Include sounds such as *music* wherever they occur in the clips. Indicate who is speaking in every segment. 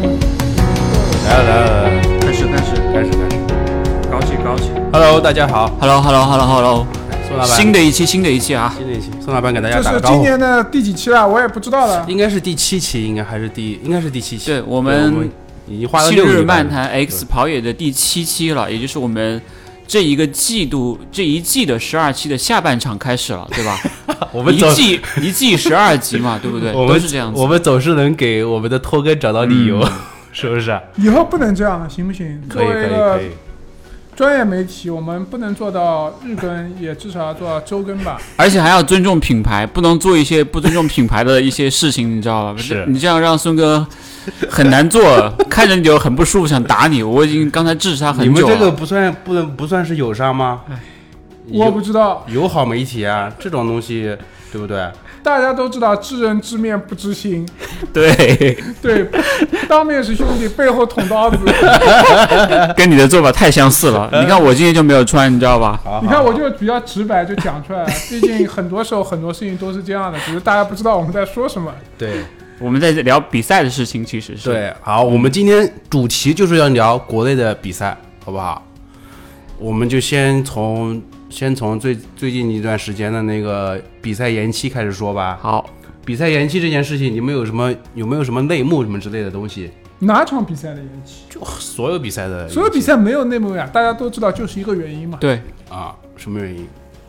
Speaker 1: 来了来了来了，
Speaker 2: 开始开始
Speaker 1: 开始开始。
Speaker 2: 高级高级，
Speaker 1: Hello，大家好，
Speaker 2: Hello Hello Hello Hello，
Speaker 1: 宋老板，
Speaker 2: 新的一期新的一期啊，
Speaker 1: 新的一期，宋老板给大家
Speaker 3: 这
Speaker 1: 打个
Speaker 3: 是
Speaker 1: 招
Speaker 3: 今
Speaker 1: 呼。
Speaker 3: 年的第几期了？啊我也不知道了。
Speaker 1: *laughs* 应该是第七期，应该还是第，应该是第七期。
Speaker 2: 对我
Speaker 1: 我
Speaker 2: 们
Speaker 1: 已经花了
Speaker 2: 今
Speaker 1: 六个
Speaker 2: 日
Speaker 1: 礼拜
Speaker 2: 漫
Speaker 1: 了嗯
Speaker 2: 谈 X 跑野的第七期了，也就是我们这一个季度这一季的十二期的下半场开始了，对
Speaker 1: *laughs*
Speaker 2: 吧？
Speaker 4: 我们
Speaker 2: 一
Speaker 4: 总
Speaker 2: 季一季十二集嘛，对不对？
Speaker 4: 我
Speaker 2: 都
Speaker 4: 们
Speaker 2: 是这样子
Speaker 4: 我。们总是能给我们的拖更找到理由，
Speaker 1: 嗯
Speaker 4: 是不
Speaker 1: 啊
Speaker 4: 是？
Speaker 3: 以后不能这样了，行不行？
Speaker 2: 嗯
Speaker 4: 可
Speaker 3: 作
Speaker 4: 以
Speaker 3: 为
Speaker 4: 可
Speaker 3: 一
Speaker 4: 以
Speaker 3: 个
Speaker 4: 可以。
Speaker 2: 啊
Speaker 3: 专业媒体，我们不能做到日更，也至少要做到周更吧。
Speaker 2: 而且还要尊重品牌，不能做一些不尊重品牌的一些事情，你知道吧？
Speaker 4: 是
Speaker 2: 你这样让孙哥很难做，看着你就很不舒服，想打你。我已经刚才制止他
Speaker 1: 你
Speaker 2: 很
Speaker 1: 们
Speaker 2: 久
Speaker 1: 这个
Speaker 2: 了。
Speaker 1: 不算不能不算是友商吗？
Speaker 2: 哎
Speaker 1: 有
Speaker 3: 我不知道，
Speaker 1: 友好媒体啊，这种东西对不对？
Speaker 3: 大家都知道知人知面不知心， *laughs*
Speaker 2: 对，
Speaker 3: 对，当面是兄弟，背后捅刀子。
Speaker 2: *laughs* 跟你的做法太相
Speaker 1: *laughs*
Speaker 2: 似了。你看我今天就没有穿，你知道吧？
Speaker 1: 好
Speaker 3: 你看，我就比较直白，就讲出来了。毕竟很多时候很多事情都是这样的，只是大家不知道我们在说什么。
Speaker 1: 对
Speaker 2: 我们在聊比赛的事情，其实是。
Speaker 1: 对，好，我们今天主题就是要聊国内的比赛，好不好？我们就先从先从最最近一段时间的那个比赛延期开始说吧。
Speaker 2: 好，
Speaker 1: 比赛延期这件事情，你们有什么有没有什么内幕什么之类的东西？
Speaker 3: 哪场比赛的延期？
Speaker 1: 就所有比赛的
Speaker 3: 所有比赛没有内幕呀，大家都知道，就是一个原因嘛，
Speaker 2: 对，
Speaker 1: 啊，什么原因？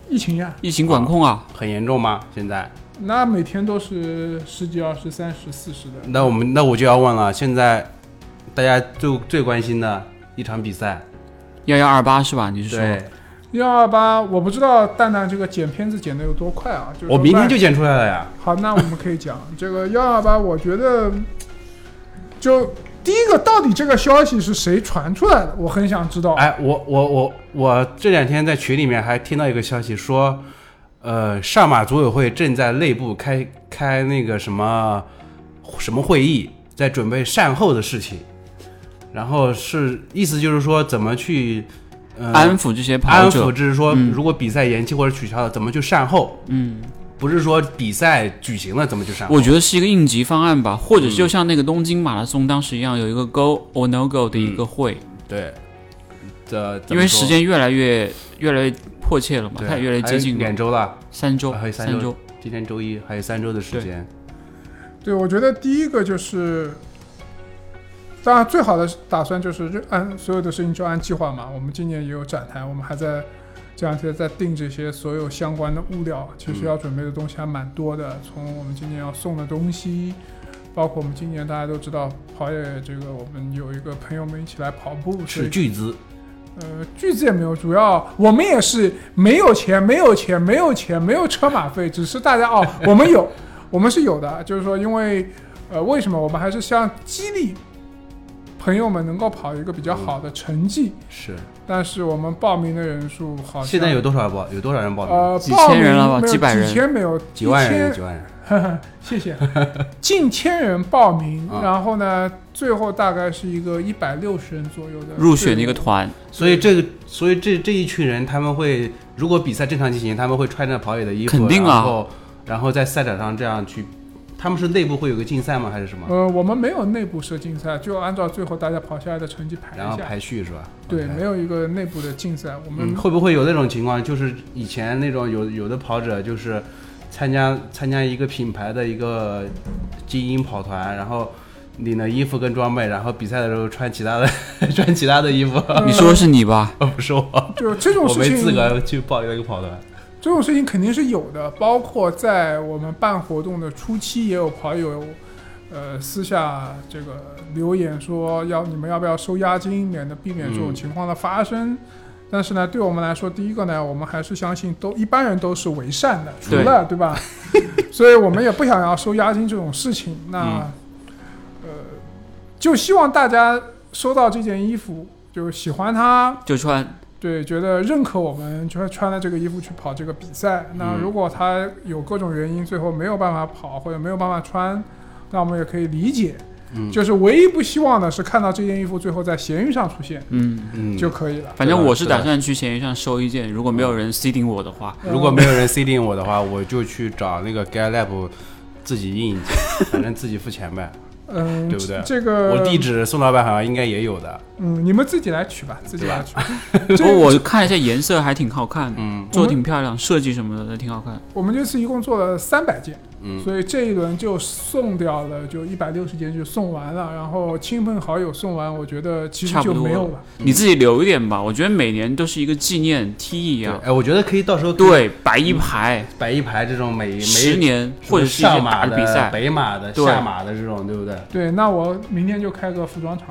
Speaker 3: 疫情呀。
Speaker 2: 疫情管控啊，
Speaker 1: 很严重吗？现在？
Speaker 3: 那每天都是十几、二十、三十、四十的。
Speaker 1: 那我们那我就要问了，现在大家最最关心的一场比赛，
Speaker 2: 幺幺二八是吧？你是说
Speaker 1: 对，
Speaker 3: 幺二八，我不知道蛋蛋这个剪片子剪的有多快啊！就是说
Speaker 1: 我明天就剪出来了呀。
Speaker 3: 好，那我们可以讲 *laughs* 这个幺二八，我觉得就第一个，到底这个消息是谁传出来的？我很想知道。
Speaker 1: 哎，我我我我这两天在群里面还听到一个消息说，呃，上马组委会正在内部开开那个什么什么会议，在准备善后的事情，然后是意思就是说怎么去、呃、
Speaker 2: 嗯安抚这些跑
Speaker 1: 安抚，
Speaker 2: 者？
Speaker 1: 就是说
Speaker 2: 嗯
Speaker 1: 如果比赛延期或者取消了，怎么去善后，
Speaker 2: 嗯，
Speaker 1: 不是说比赛举行了怎么去善后。
Speaker 2: 我觉得是一个应急方案吧，或者就像那个东京马拉松当时一样，有一个 go or no go 的一个会，
Speaker 1: 对，这怎
Speaker 2: 因
Speaker 1: 么
Speaker 2: 为
Speaker 1: 说
Speaker 2: 时间越来越越来越迫切了嘛，
Speaker 1: 对
Speaker 2: 它也越来越接近
Speaker 1: 还有
Speaker 2: 了
Speaker 1: 两周了，
Speaker 2: 三周
Speaker 1: 还有，啊三
Speaker 2: 三
Speaker 1: 周，今天周一还有三周的时间。
Speaker 3: 对，我觉得第一个就是，当然最好的打算就是就按所有的事情就按计划嘛。我们今年也有展台，我们还在这两天在定这些所有相关的物料，其实要准备的东西还蛮多的。从我们今年要送的东西，包括我们今年大家都知道跑野这个，我们有一个朋友们一起来跑步，所以
Speaker 1: 斥巨资，
Speaker 3: 呃，句子也没有，主要我们也是没有钱，没有钱，没有钱，没有车马费，只是大家哦，我们有， *laughs* 我们是有的，就是说，因为呃，为什么我们还是想激励朋友们能够跑一个比较好的成绩，
Speaker 1: 是
Speaker 3: 但是我们报名的人数好像
Speaker 1: 现在有多少报？有多少人报名？
Speaker 3: 呃
Speaker 2: 几
Speaker 3: 报
Speaker 2: 千
Speaker 3: 名
Speaker 2: 人了吧
Speaker 3: 没有
Speaker 2: 几百人
Speaker 3: 几千没有，
Speaker 1: 几万人，
Speaker 3: 一
Speaker 1: 几万人。*laughs*
Speaker 3: 千，谢谢，近千人报名，
Speaker 1: 啊
Speaker 3: 然后呢，最后大概是一个一百六十人左右的
Speaker 2: 入选的一个
Speaker 3: 队伍
Speaker 2: 团，
Speaker 1: 所以这个，所以这这一群人，他们会如果比赛正常进行，他们会穿着跑野的衣服，
Speaker 2: 肯定啊
Speaker 1: 然后然后在赛场上这样去，他们是内部会有个竞赛吗？还是什么？
Speaker 3: 呃，我们没有内部设竞赛，就按照最后大家跑下来的成绩排
Speaker 1: 然后
Speaker 3: 一下。
Speaker 1: 排序是吧？
Speaker 3: 对，
Speaker 1: OK
Speaker 3: 没有一个内部的竞赛，我们
Speaker 1: 嗯，会不会有那种情况，就是以前那种有有的跑者就是参加参加一个品牌的一个精英跑团，然后领了衣服跟装备，然后比赛的时候穿其他的 *laughs* 穿其他的衣服，
Speaker 3: 呃
Speaker 2: *laughs* 你说是你吧？
Speaker 1: 不是我，
Speaker 3: 就这种
Speaker 1: 我
Speaker 3: 事
Speaker 1: 没资
Speaker 3: 情，
Speaker 1: 格去报那个跑团。
Speaker 3: 这种事情肯定是有的，包括在我们办活动的初期，也有跑友，呃，私下这个留言说要你们要不要收押金，免得避免这种
Speaker 1: 嗯
Speaker 3: 情况的发生。但是呢，对我们来说，第一个呢，我们还是相信都一般人都是为善的，除
Speaker 2: 对
Speaker 3: 了对吧？ *laughs* 所以我们也不想要收押金这种事情。那、呃，就希望大家收到这件衣服，就喜欢它，
Speaker 2: 就穿
Speaker 3: 对，觉得认可我们就是穿了这个衣服去跑这个比赛。那
Speaker 1: 嗯
Speaker 3: 如果他有各种原因，最后没有办法跑或者没有办法穿，那我们也可以理解。
Speaker 1: 嗯
Speaker 3: 就是唯一不希望的是看到这件衣服最后在闲鱼上出现
Speaker 2: 嗯，
Speaker 1: 嗯，
Speaker 3: 就可以了。
Speaker 2: 反正
Speaker 1: 对的
Speaker 2: 我是
Speaker 1: 对的
Speaker 2: 打算去闲鱼上收一件，如果没有人 C 定我的 *laughs* 话，
Speaker 1: 如果没有人 C 定我的话，我就去找那个 Galab 自己印一件，反正自己付钱 *laughs* 呗。
Speaker 3: 嗯，
Speaker 1: 对不对
Speaker 3: 这个
Speaker 1: 我地址宋老板好像应该也有的，
Speaker 3: 嗯，你们自己来取吧，自己来取。
Speaker 2: 不
Speaker 3: 这
Speaker 2: 过哦我看了一下颜色还挺好看的，
Speaker 1: 嗯
Speaker 2: 做得挺漂亮，设计什么的都挺好看。
Speaker 3: 我们这次一共做了三百件，
Speaker 1: 嗯
Speaker 3: 所以这一轮就送掉了，就一百六十件就送完了，然后亲朋好友送完，我觉得其实
Speaker 2: 差
Speaker 3: 就
Speaker 2: 不多
Speaker 3: 没有了。
Speaker 2: 你自己留一点吧，我觉得每年都是一个纪念 T 一
Speaker 1: 对
Speaker 2: 样，
Speaker 1: 哎，我觉得可以到时候
Speaker 2: 对，摆一排，
Speaker 1: 摆一排这种每
Speaker 2: 十
Speaker 1: 每
Speaker 2: 年或者是一些
Speaker 1: 上
Speaker 2: 大
Speaker 1: 马
Speaker 2: 的比赛，
Speaker 1: 北马的、
Speaker 2: 对
Speaker 1: 下马的这种，对不 *laughs* 对？
Speaker 3: 对，那我明天就开个服装厂。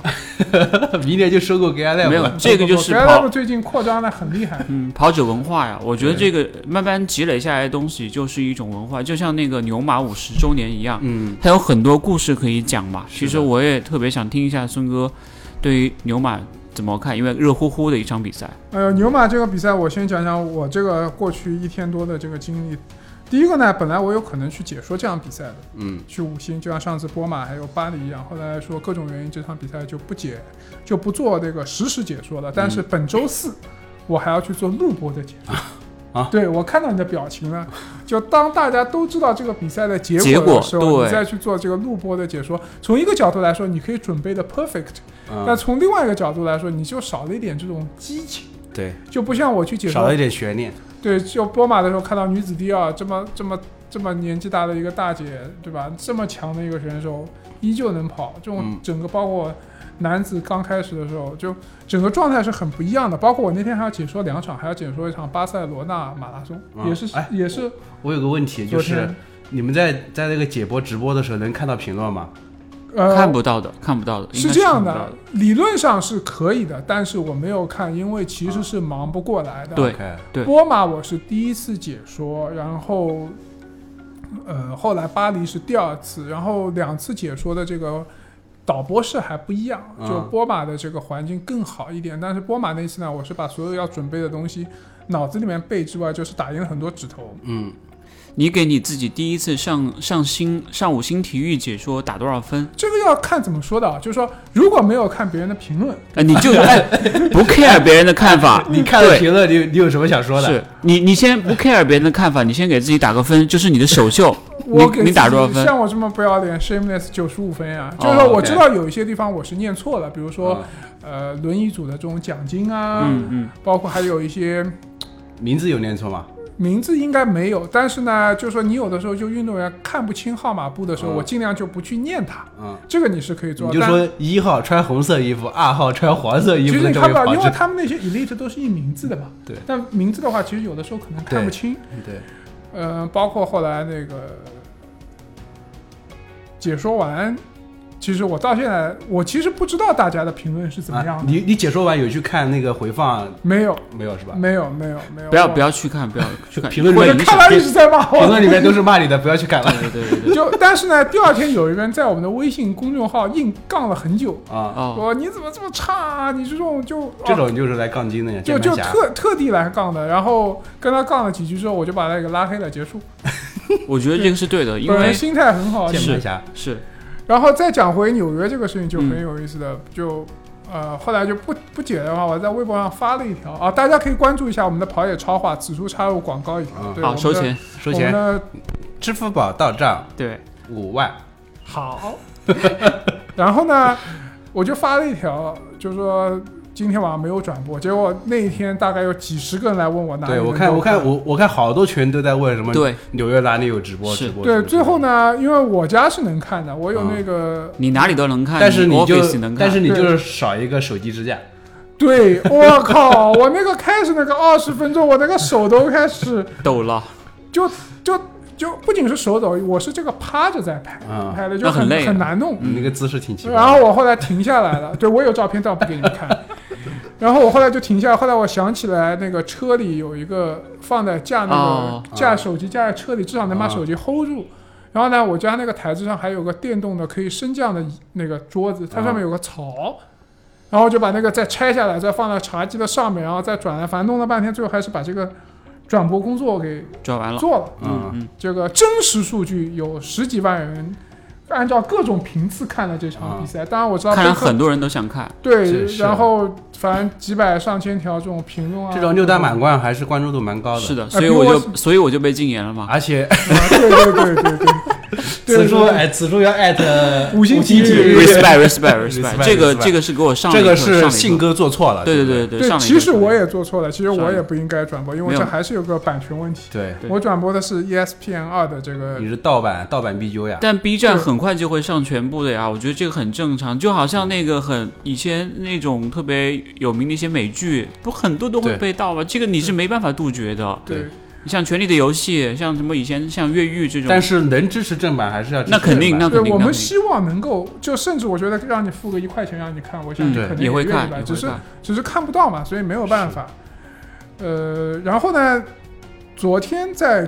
Speaker 1: 明年就收购 Galab
Speaker 2: 没有
Speaker 1: 了
Speaker 2: 这个就是
Speaker 3: 原来他
Speaker 2: 跑
Speaker 3: 们，最近扩张的很厉害。
Speaker 2: 嗯，跑者文化呀，我觉得这个慢慢积累下来的东西就是一种文化，就像那个牛马五十周年一样，
Speaker 1: 嗯，
Speaker 2: 它有很多故事可以讲嘛。其
Speaker 1: 是
Speaker 2: 实
Speaker 1: 的
Speaker 2: 我也特别想听一下孙哥对于牛马怎么看，因为热乎乎的一场比赛，
Speaker 3: 呃，牛马这个比赛，我先讲讲我这个过去一天多的这个经历。第一个呢，本来我有可能去解说这场比赛的，
Speaker 1: 嗯
Speaker 3: 去五星，就像上次波马还有巴黎一样。后来说各种原因，这场比赛就不解，就不做这个实时解说了。
Speaker 2: 嗯
Speaker 3: 但是本周四，我还要去做录播的解说。
Speaker 2: *laughs*
Speaker 1: 啊
Speaker 3: 对我看到你的表情了，就当大家都知道这个比赛的结
Speaker 2: 结果
Speaker 3: 果的时候，
Speaker 2: 对
Speaker 3: 你再去做这个录播的解说。从一个角度来说，你可以准备的 perfect，但
Speaker 1: 嗯，
Speaker 3: 从另外一个角度来说，你就少了一点这种激情，
Speaker 1: 对，
Speaker 3: 就不像我去解
Speaker 1: 少了
Speaker 3: 说
Speaker 1: 一，点悬念，
Speaker 3: 对，就波马的时候看到女子第二这么这么这么年纪大的一个大姐，对吧？这么强的一个选手，依旧能跑，这种
Speaker 1: 嗯
Speaker 3: 整个包括男子刚开始的时候，就整个状态是很不一样的。包括我那天还要解说两场，还要解说一场巴塞罗那马拉松，
Speaker 1: 嗯
Speaker 3: 也是、
Speaker 1: 哎
Speaker 3: 也是
Speaker 1: 我有个问题，
Speaker 3: 昨
Speaker 1: 就是
Speaker 3: 天
Speaker 1: 你们在在那个解播直播的时候能看到评论吗？
Speaker 3: 呃
Speaker 2: 看不到的，看不到的，应
Speaker 3: 是
Speaker 2: 该
Speaker 3: 这样
Speaker 2: 看不到
Speaker 3: 的，理论上是可以的，但是我没有看，因为其实是忙不过来的。
Speaker 2: 对
Speaker 1: OK，
Speaker 2: 对
Speaker 3: *laughs* 波马我是第一次解说，然后，呃，后来巴黎是第二次，然后两次解说的这个导播室还不一样，
Speaker 2: 啊
Speaker 1: 嗯
Speaker 3: 就波马的这个环境更好一点。但是波马那次呢，我是把所有要准备的东西脑子里面背之外，就是打印了很多指头。
Speaker 1: 嗯，
Speaker 2: 你给你自己第一次上上星上五星体育解说打多少分？
Speaker 3: 这个要看怎么说的啊，就是说如果没有看别人的评论，，
Speaker 2: 啊，你就哎不 care 别人的看法，
Speaker 1: *laughs* 你看了
Speaker 2: 对
Speaker 1: 评论，你你有什么想说的？
Speaker 2: 是你你先不 care 别人的看法，你先给自己打个分，就是你的首秀
Speaker 3: 我给
Speaker 2: 你你打多少
Speaker 3: 自己
Speaker 2: 分？
Speaker 3: 像我这么不要脸，shameless 九十五分呀、
Speaker 2: 哦啊
Speaker 3: 就是说我
Speaker 1: OK
Speaker 3: 知道有一些地方我是念错了，比如说
Speaker 1: 嗯、
Speaker 3: 呃轮椅组的这种奖金啊，
Speaker 2: 嗯嗯，
Speaker 3: 包括还有一些
Speaker 1: 嗯名字有念错吗？
Speaker 3: 名字应该没有，但是呢，就是说你有的时候就运动员看不清号码布的时候，
Speaker 1: 嗯
Speaker 3: 我尽量就不去念它，
Speaker 1: 嗯，
Speaker 3: 这个你是可以
Speaker 1: 你
Speaker 3: 做。
Speaker 1: 就
Speaker 3: 但
Speaker 1: 说一号穿红色衣服，二号穿黄色衣
Speaker 3: 其
Speaker 1: 服
Speaker 3: 实
Speaker 1: 的
Speaker 3: 你
Speaker 1: 这
Speaker 3: 看
Speaker 1: 位
Speaker 3: 不到，
Speaker 1: 黄
Speaker 3: 因为
Speaker 1: 志，
Speaker 3: 他们那些 elite 都是印名字的嘛。
Speaker 1: 对
Speaker 3: 但名字的话，其实有的时候可能看不清。
Speaker 1: 对，
Speaker 3: 嗯、包括后来那个解说完，其实我到现在我其实不知道大家的评论是怎么样
Speaker 1: 啊
Speaker 3: 的，
Speaker 1: 你你解说完有去看那个回放
Speaker 3: 没有，
Speaker 1: 没有是吧？
Speaker 3: 没有，没有，没有。
Speaker 2: 不要
Speaker 3: 我
Speaker 2: 不，要去看，不要去看
Speaker 1: 评论里
Speaker 3: 我
Speaker 1: 面
Speaker 3: 就
Speaker 1: 一直
Speaker 3: 看到一直在骂
Speaker 1: 评
Speaker 3: 我。
Speaker 1: 论里面都是骂你的，不要去
Speaker 3: *laughs*
Speaker 1: 看了
Speaker 2: 对对对对，
Speaker 3: 就但是呢，第二天有一个人在我们的微信公众号硬杠了很久，
Speaker 1: 啊。
Speaker 3: *laughs*
Speaker 2: 哦，
Speaker 3: 说你怎么这么差啊？你这种就啊
Speaker 1: 这种就是来杠精的呀，
Speaker 3: 就
Speaker 1: 键
Speaker 3: 哦就
Speaker 1: 盘侠。
Speaker 3: 特特地来杠的，然后跟他杠了几句之后，我就把他给拉黑了，结束。
Speaker 2: 我觉得这个是对的，因
Speaker 3: 本人
Speaker 2: 为
Speaker 3: 心态很好，
Speaker 1: 键
Speaker 2: 是
Speaker 1: 盘侠，
Speaker 2: 是
Speaker 3: 然后再讲回纽约这个事情就很
Speaker 2: 嗯
Speaker 3: 有意思的，就呃后来就不不解的话，我在微博上发了一条啊，大家可以关注一下我们的跑野超话，此处插入广告一条，
Speaker 1: 嗯
Speaker 3: 对，
Speaker 2: 啊
Speaker 3: 我
Speaker 2: 好
Speaker 3: 们
Speaker 2: 收
Speaker 3: 的，
Speaker 2: 钱，
Speaker 1: 收
Speaker 3: 我们
Speaker 1: 钱，
Speaker 3: 的
Speaker 1: 支付宝到账
Speaker 2: 对，
Speaker 1: 五万，
Speaker 3: 好，然后呢，我就发了一条，就说。今天晚上没有转播，结果那一天大概有几十个人来问我哪里
Speaker 1: 对我
Speaker 3: 能
Speaker 1: 看
Speaker 3: 够
Speaker 1: 我看我我看好多群都在问什么，
Speaker 2: 对
Speaker 1: 纽约哪里有直播
Speaker 2: 是
Speaker 1: 直播，直
Speaker 3: 对，
Speaker 1: 播
Speaker 3: 最后，呢，因为我家是能看的，我有那
Speaker 1: 啊
Speaker 3: 个、
Speaker 2: 你哪里都能看，
Speaker 1: 但是你
Speaker 2: office 能
Speaker 1: 就
Speaker 2: 看，
Speaker 1: 但是你就是少一个手机支架，
Speaker 3: 对，我靠，我那个开始那个二十分钟，我那个手都开始
Speaker 2: 抖了，
Speaker 3: 就就就不仅是手抖，我是这个趴着在拍、
Speaker 1: 啊
Speaker 3: 拍的，就
Speaker 2: 那很
Speaker 3: 很
Speaker 2: 累啊
Speaker 3: 难弄。
Speaker 1: 你那个姿势挺奇怪的。
Speaker 3: *laughs* 然后我后来停下来了，对我有照片，但我不给你们看。 *laughs* 然后我后来就停下来，后来我想起来，那个车里有一个放在架那个、
Speaker 2: 哦
Speaker 3: 架手机架在车里，至少能把
Speaker 1: 啊
Speaker 3: 手机 hold 住。然后呢，我家那个台子上还有个电动的可以升降的那个桌子，它上面有个槽，然后就把那个再拆下来，再放到茶几的上面，然后再转来，反正弄了半天，最后还是把这个转播工作给
Speaker 2: 转完了，
Speaker 3: 做了。
Speaker 2: 嗯嗯，
Speaker 3: 这个真实数据有十几万人按照各种频次看了这场比赛。当然我知道
Speaker 2: 啊看
Speaker 3: 贝
Speaker 2: 来
Speaker 3: 克
Speaker 2: 很多人都想看。
Speaker 3: 对
Speaker 1: 是，是
Speaker 3: 然后反正几百上千条这种评论啊，
Speaker 1: 这种六大满贯还是关注度蛮高的。
Speaker 2: 是的，
Speaker 3: 哎
Speaker 2: 所以
Speaker 3: 比
Speaker 2: 我
Speaker 3: 我
Speaker 2: 就所以我就被禁言了嘛。
Speaker 1: 而且
Speaker 3: 啊，对对对
Speaker 2: *laughs*
Speaker 3: 对对，对
Speaker 1: 此处
Speaker 3: 对
Speaker 1: 哎，此处要艾 *laughs* 特
Speaker 3: 五星
Speaker 1: 星
Speaker 3: 体育
Speaker 1: 育
Speaker 2: respect respect respect，
Speaker 1: respect，
Speaker 2: 这个
Speaker 1: respect
Speaker 2: 这个是给我上了
Speaker 1: 这
Speaker 2: 一课
Speaker 1: 个是
Speaker 2: 上了一课
Speaker 1: 信哥做错了。
Speaker 2: 对
Speaker 1: 对
Speaker 2: 对对
Speaker 1: 对
Speaker 2: 上了
Speaker 3: 对，
Speaker 2: 一
Speaker 3: 其
Speaker 2: 课
Speaker 3: 实我也做错了，其实我
Speaker 2: 上一
Speaker 3: 也
Speaker 2: 个
Speaker 3: 不应该转播，因
Speaker 2: 没
Speaker 3: 为
Speaker 2: 有
Speaker 3: 这还是有个版权问题。
Speaker 1: 对，
Speaker 2: 对
Speaker 3: 我转播的是 E ESPN 二的这个
Speaker 1: 你是盗版盗版 BU 呀？
Speaker 2: 但 B 站很快就会上全部的呀，我觉得这个很正常。就好像那个很以前那种特别有名的一些美剧，不很多都会
Speaker 1: 对
Speaker 2: 被盗啊吗？这个你是没办法杜绝的。
Speaker 3: 对，
Speaker 2: 你像《权力的游戏》，像什么以前像《越狱》这种，
Speaker 1: 但是能支持正版还是要支持
Speaker 2: 那肯定
Speaker 1: 正版
Speaker 2: 那肯
Speaker 3: 对，
Speaker 2: 定
Speaker 3: 我
Speaker 2: 那
Speaker 3: 们
Speaker 2: 肯定
Speaker 3: 希望能够，就甚至我觉得让你付个一块钱让你看，我想你
Speaker 1: 嗯
Speaker 3: 可能
Speaker 2: 也会
Speaker 3: 愿
Speaker 2: 看
Speaker 3: 意吧，，
Speaker 2: 也
Speaker 3: 只
Speaker 2: 会
Speaker 3: 是
Speaker 2: 看。
Speaker 3: 只是看不到嘛，所以没有办法。呃，然后呢，昨天在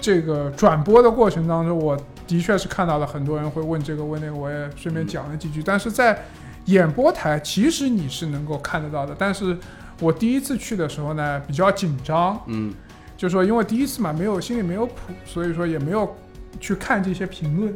Speaker 3: 这个转播的过程当中，我的确是看到了很多人会问这个问那个，我也顺便讲了几句。但是在演播台，其实你是能够看得到的。但是我第一次去的时候呢，比较紧张，
Speaker 1: 嗯，
Speaker 3: 就说因为第一次嘛，没有心里没有谱，所以说也没有去看这些评论。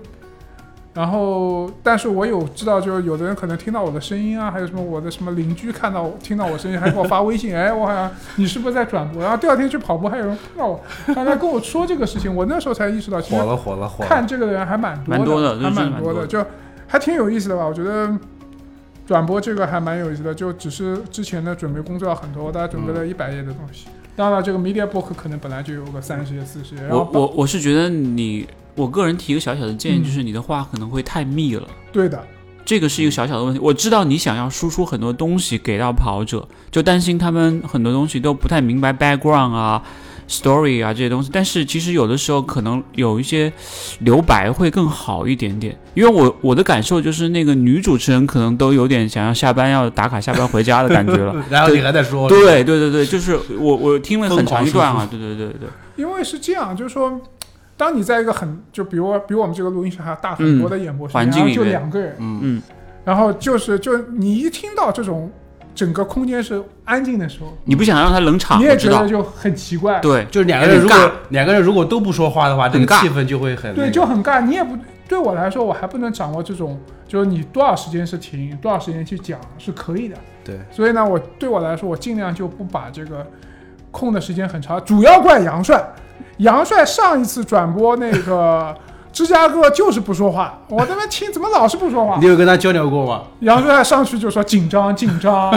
Speaker 3: 然后，但是我有知道，就是有的人可能听到我的声音啊，还有什么我的什么邻居看到我听到我声音，还给我发微信，哎，我好像你是不是在转播？然后第二天去跑步，还有人碰到我，还来跟我说这个事情，我那时候才意识到，其实
Speaker 1: 火了火了火了。
Speaker 3: 看这个的人还蛮多
Speaker 2: 蛮多的
Speaker 3: 的，
Speaker 2: 就是
Speaker 3: 还
Speaker 2: 蛮
Speaker 3: 多
Speaker 2: 多的
Speaker 3: 就还挺有意思的吧？我觉得转播这个还蛮有意思的，就只是之前的准备工作要很多，大家准
Speaker 2: 嗯
Speaker 3: 备了一百页的东西。当然了，这个 media book 可能本来就有个三十页、四十页，然
Speaker 2: 我
Speaker 3: 后
Speaker 2: 我我是觉得你，我个人提一个小小的建议，
Speaker 3: 嗯
Speaker 2: 就是你的话可能会太密了。
Speaker 3: 对的，
Speaker 2: 这个是一个小小的问题。我知道你想要输出很多东西给到跑者，就担心他们很多东西都不太明白 background 啊、story 啊这些东西。但是其实有的时候可能有一些留白会更好一点点，因为我我的感受就是那个女主持人可能都有点想要下班要打卡下班回家的感
Speaker 1: *laughs*
Speaker 2: 觉了。
Speaker 1: 然后你还在说，
Speaker 2: 对对对对，就是我我听了很长一段啊，对对对对，
Speaker 3: 因为是这样，就是说。当你在一个很就比如比我们这个录音室还要大很多的演播室，
Speaker 2: 嗯环
Speaker 3: 然
Speaker 2: 境
Speaker 3: 后
Speaker 2: 里
Speaker 3: 就
Speaker 2: 面
Speaker 3: 两个人，
Speaker 1: 嗯，
Speaker 2: 嗯，
Speaker 3: 然后就是就你一听到这种整个空间是安静的时候，
Speaker 2: 你不想让他冷场，嗯
Speaker 3: 你
Speaker 2: 我
Speaker 3: 也
Speaker 2: 知
Speaker 3: 觉
Speaker 2: 道
Speaker 3: 得，就很奇怪，
Speaker 2: 对，
Speaker 1: 就是两个人如
Speaker 2: 有点
Speaker 1: 果两个人如果都不说话的话，这个
Speaker 2: 很尬
Speaker 1: 气氛就会很那
Speaker 3: 对，
Speaker 1: 个
Speaker 3: 就很尬。你也不对我来说，我还不能掌握这种，就是你多少时间是停，多少时间去讲是可以的。
Speaker 1: 对，
Speaker 3: 所以呢，我对我来说，我尽量就不把这个空的时间很长，主要怪杨帅。杨帅上一次转播那个芝加哥就是不说话，我他妈听怎么老是不说话
Speaker 1: 你？有跟他交流过吗？
Speaker 3: 杨帅上去就说紧张紧
Speaker 2: *laughs*
Speaker 3: 张，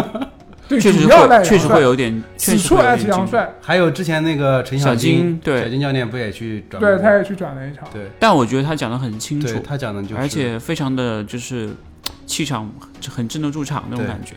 Speaker 3: 对，
Speaker 2: 确实
Speaker 3: 主要赖
Speaker 2: 会
Speaker 3: 杨
Speaker 2: 确实会
Speaker 3: 帅，
Speaker 2: 有点，确
Speaker 3: 此
Speaker 2: 实
Speaker 3: 处
Speaker 2: 会有
Speaker 3: at
Speaker 2: 点紧
Speaker 3: 杨
Speaker 2: 张。
Speaker 3: 帅，
Speaker 1: 还有之前那个陈
Speaker 2: 小
Speaker 1: 金
Speaker 2: 金，对
Speaker 1: 小金教练不也去转播
Speaker 3: 对，
Speaker 1: 过？
Speaker 3: 他也去转了一场。
Speaker 1: 对
Speaker 2: 但我觉得他讲的很清楚
Speaker 1: 对，，他讲的就是，
Speaker 2: 而且非常的就是气场很镇得住场那种
Speaker 1: 对
Speaker 2: 感觉，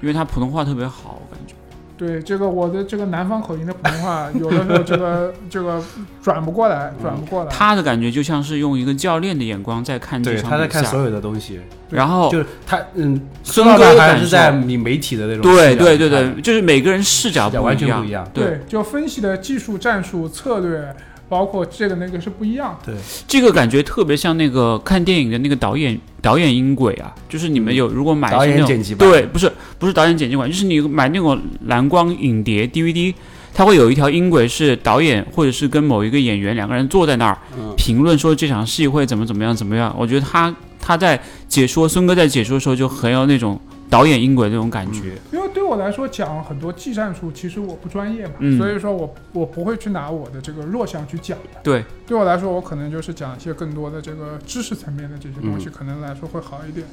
Speaker 2: 因为他普通话特别好，我感觉。
Speaker 3: 对这个我的这个南方口音的普通话，有的时候这
Speaker 2: *laughs*
Speaker 3: 个这个转不过来，转不过来。
Speaker 2: 他的感觉就像是用一个教练的眼光在看这
Speaker 1: 对
Speaker 2: 场
Speaker 1: 他在
Speaker 2: 比赛
Speaker 1: 看，所有的东西，
Speaker 2: 然后
Speaker 1: 就是他嗯，
Speaker 2: 哦孙
Speaker 1: 说到
Speaker 2: 哥
Speaker 1: 他
Speaker 2: 的
Speaker 1: 还
Speaker 2: 感
Speaker 1: 是
Speaker 2: 受
Speaker 1: 在你媒体的那种
Speaker 2: 对
Speaker 1: 视角
Speaker 2: 对对
Speaker 1: 看
Speaker 2: 对，就是每个人视角
Speaker 1: 视角
Speaker 2: 不
Speaker 1: 完全不
Speaker 2: 样
Speaker 1: 一，样，
Speaker 2: 对
Speaker 3: 对，就分析的技术、战术、策略，包括这个那个是不一样的。
Speaker 1: 对
Speaker 2: 这个感觉特别像那个看电影的那个导演导演音轨啊，就是你们有如果买
Speaker 1: 嗯导
Speaker 2: 是那
Speaker 1: 演
Speaker 2: 种
Speaker 1: 剪辑版
Speaker 2: 对，不是不是导演剪辑版，就是你买那种蓝光影碟 DVD，它会有一条音轨是导演或者是跟某一个演员两个人坐在那儿、
Speaker 1: 嗯
Speaker 2: 评论说这场戏会怎么怎么样怎么样。我觉得他他在解说，孙哥在解说的时候就很有那种导演音轨那种感觉。
Speaker 1: 嗯
Speaker 3: 因为对我来说讲很多技战术，其实我不专业嘛，
Speaker 2: 嗯
Speaker 3: 所以说我我不会去拿我的这个弱项去讲的。
Speaker 2: 对，
Speaker 3: 对我来说，我可能就是讲一些更多的这个知识层面的这些东
Speaker 2: 嗯
Speaker 3: 西，可能来说会好一点。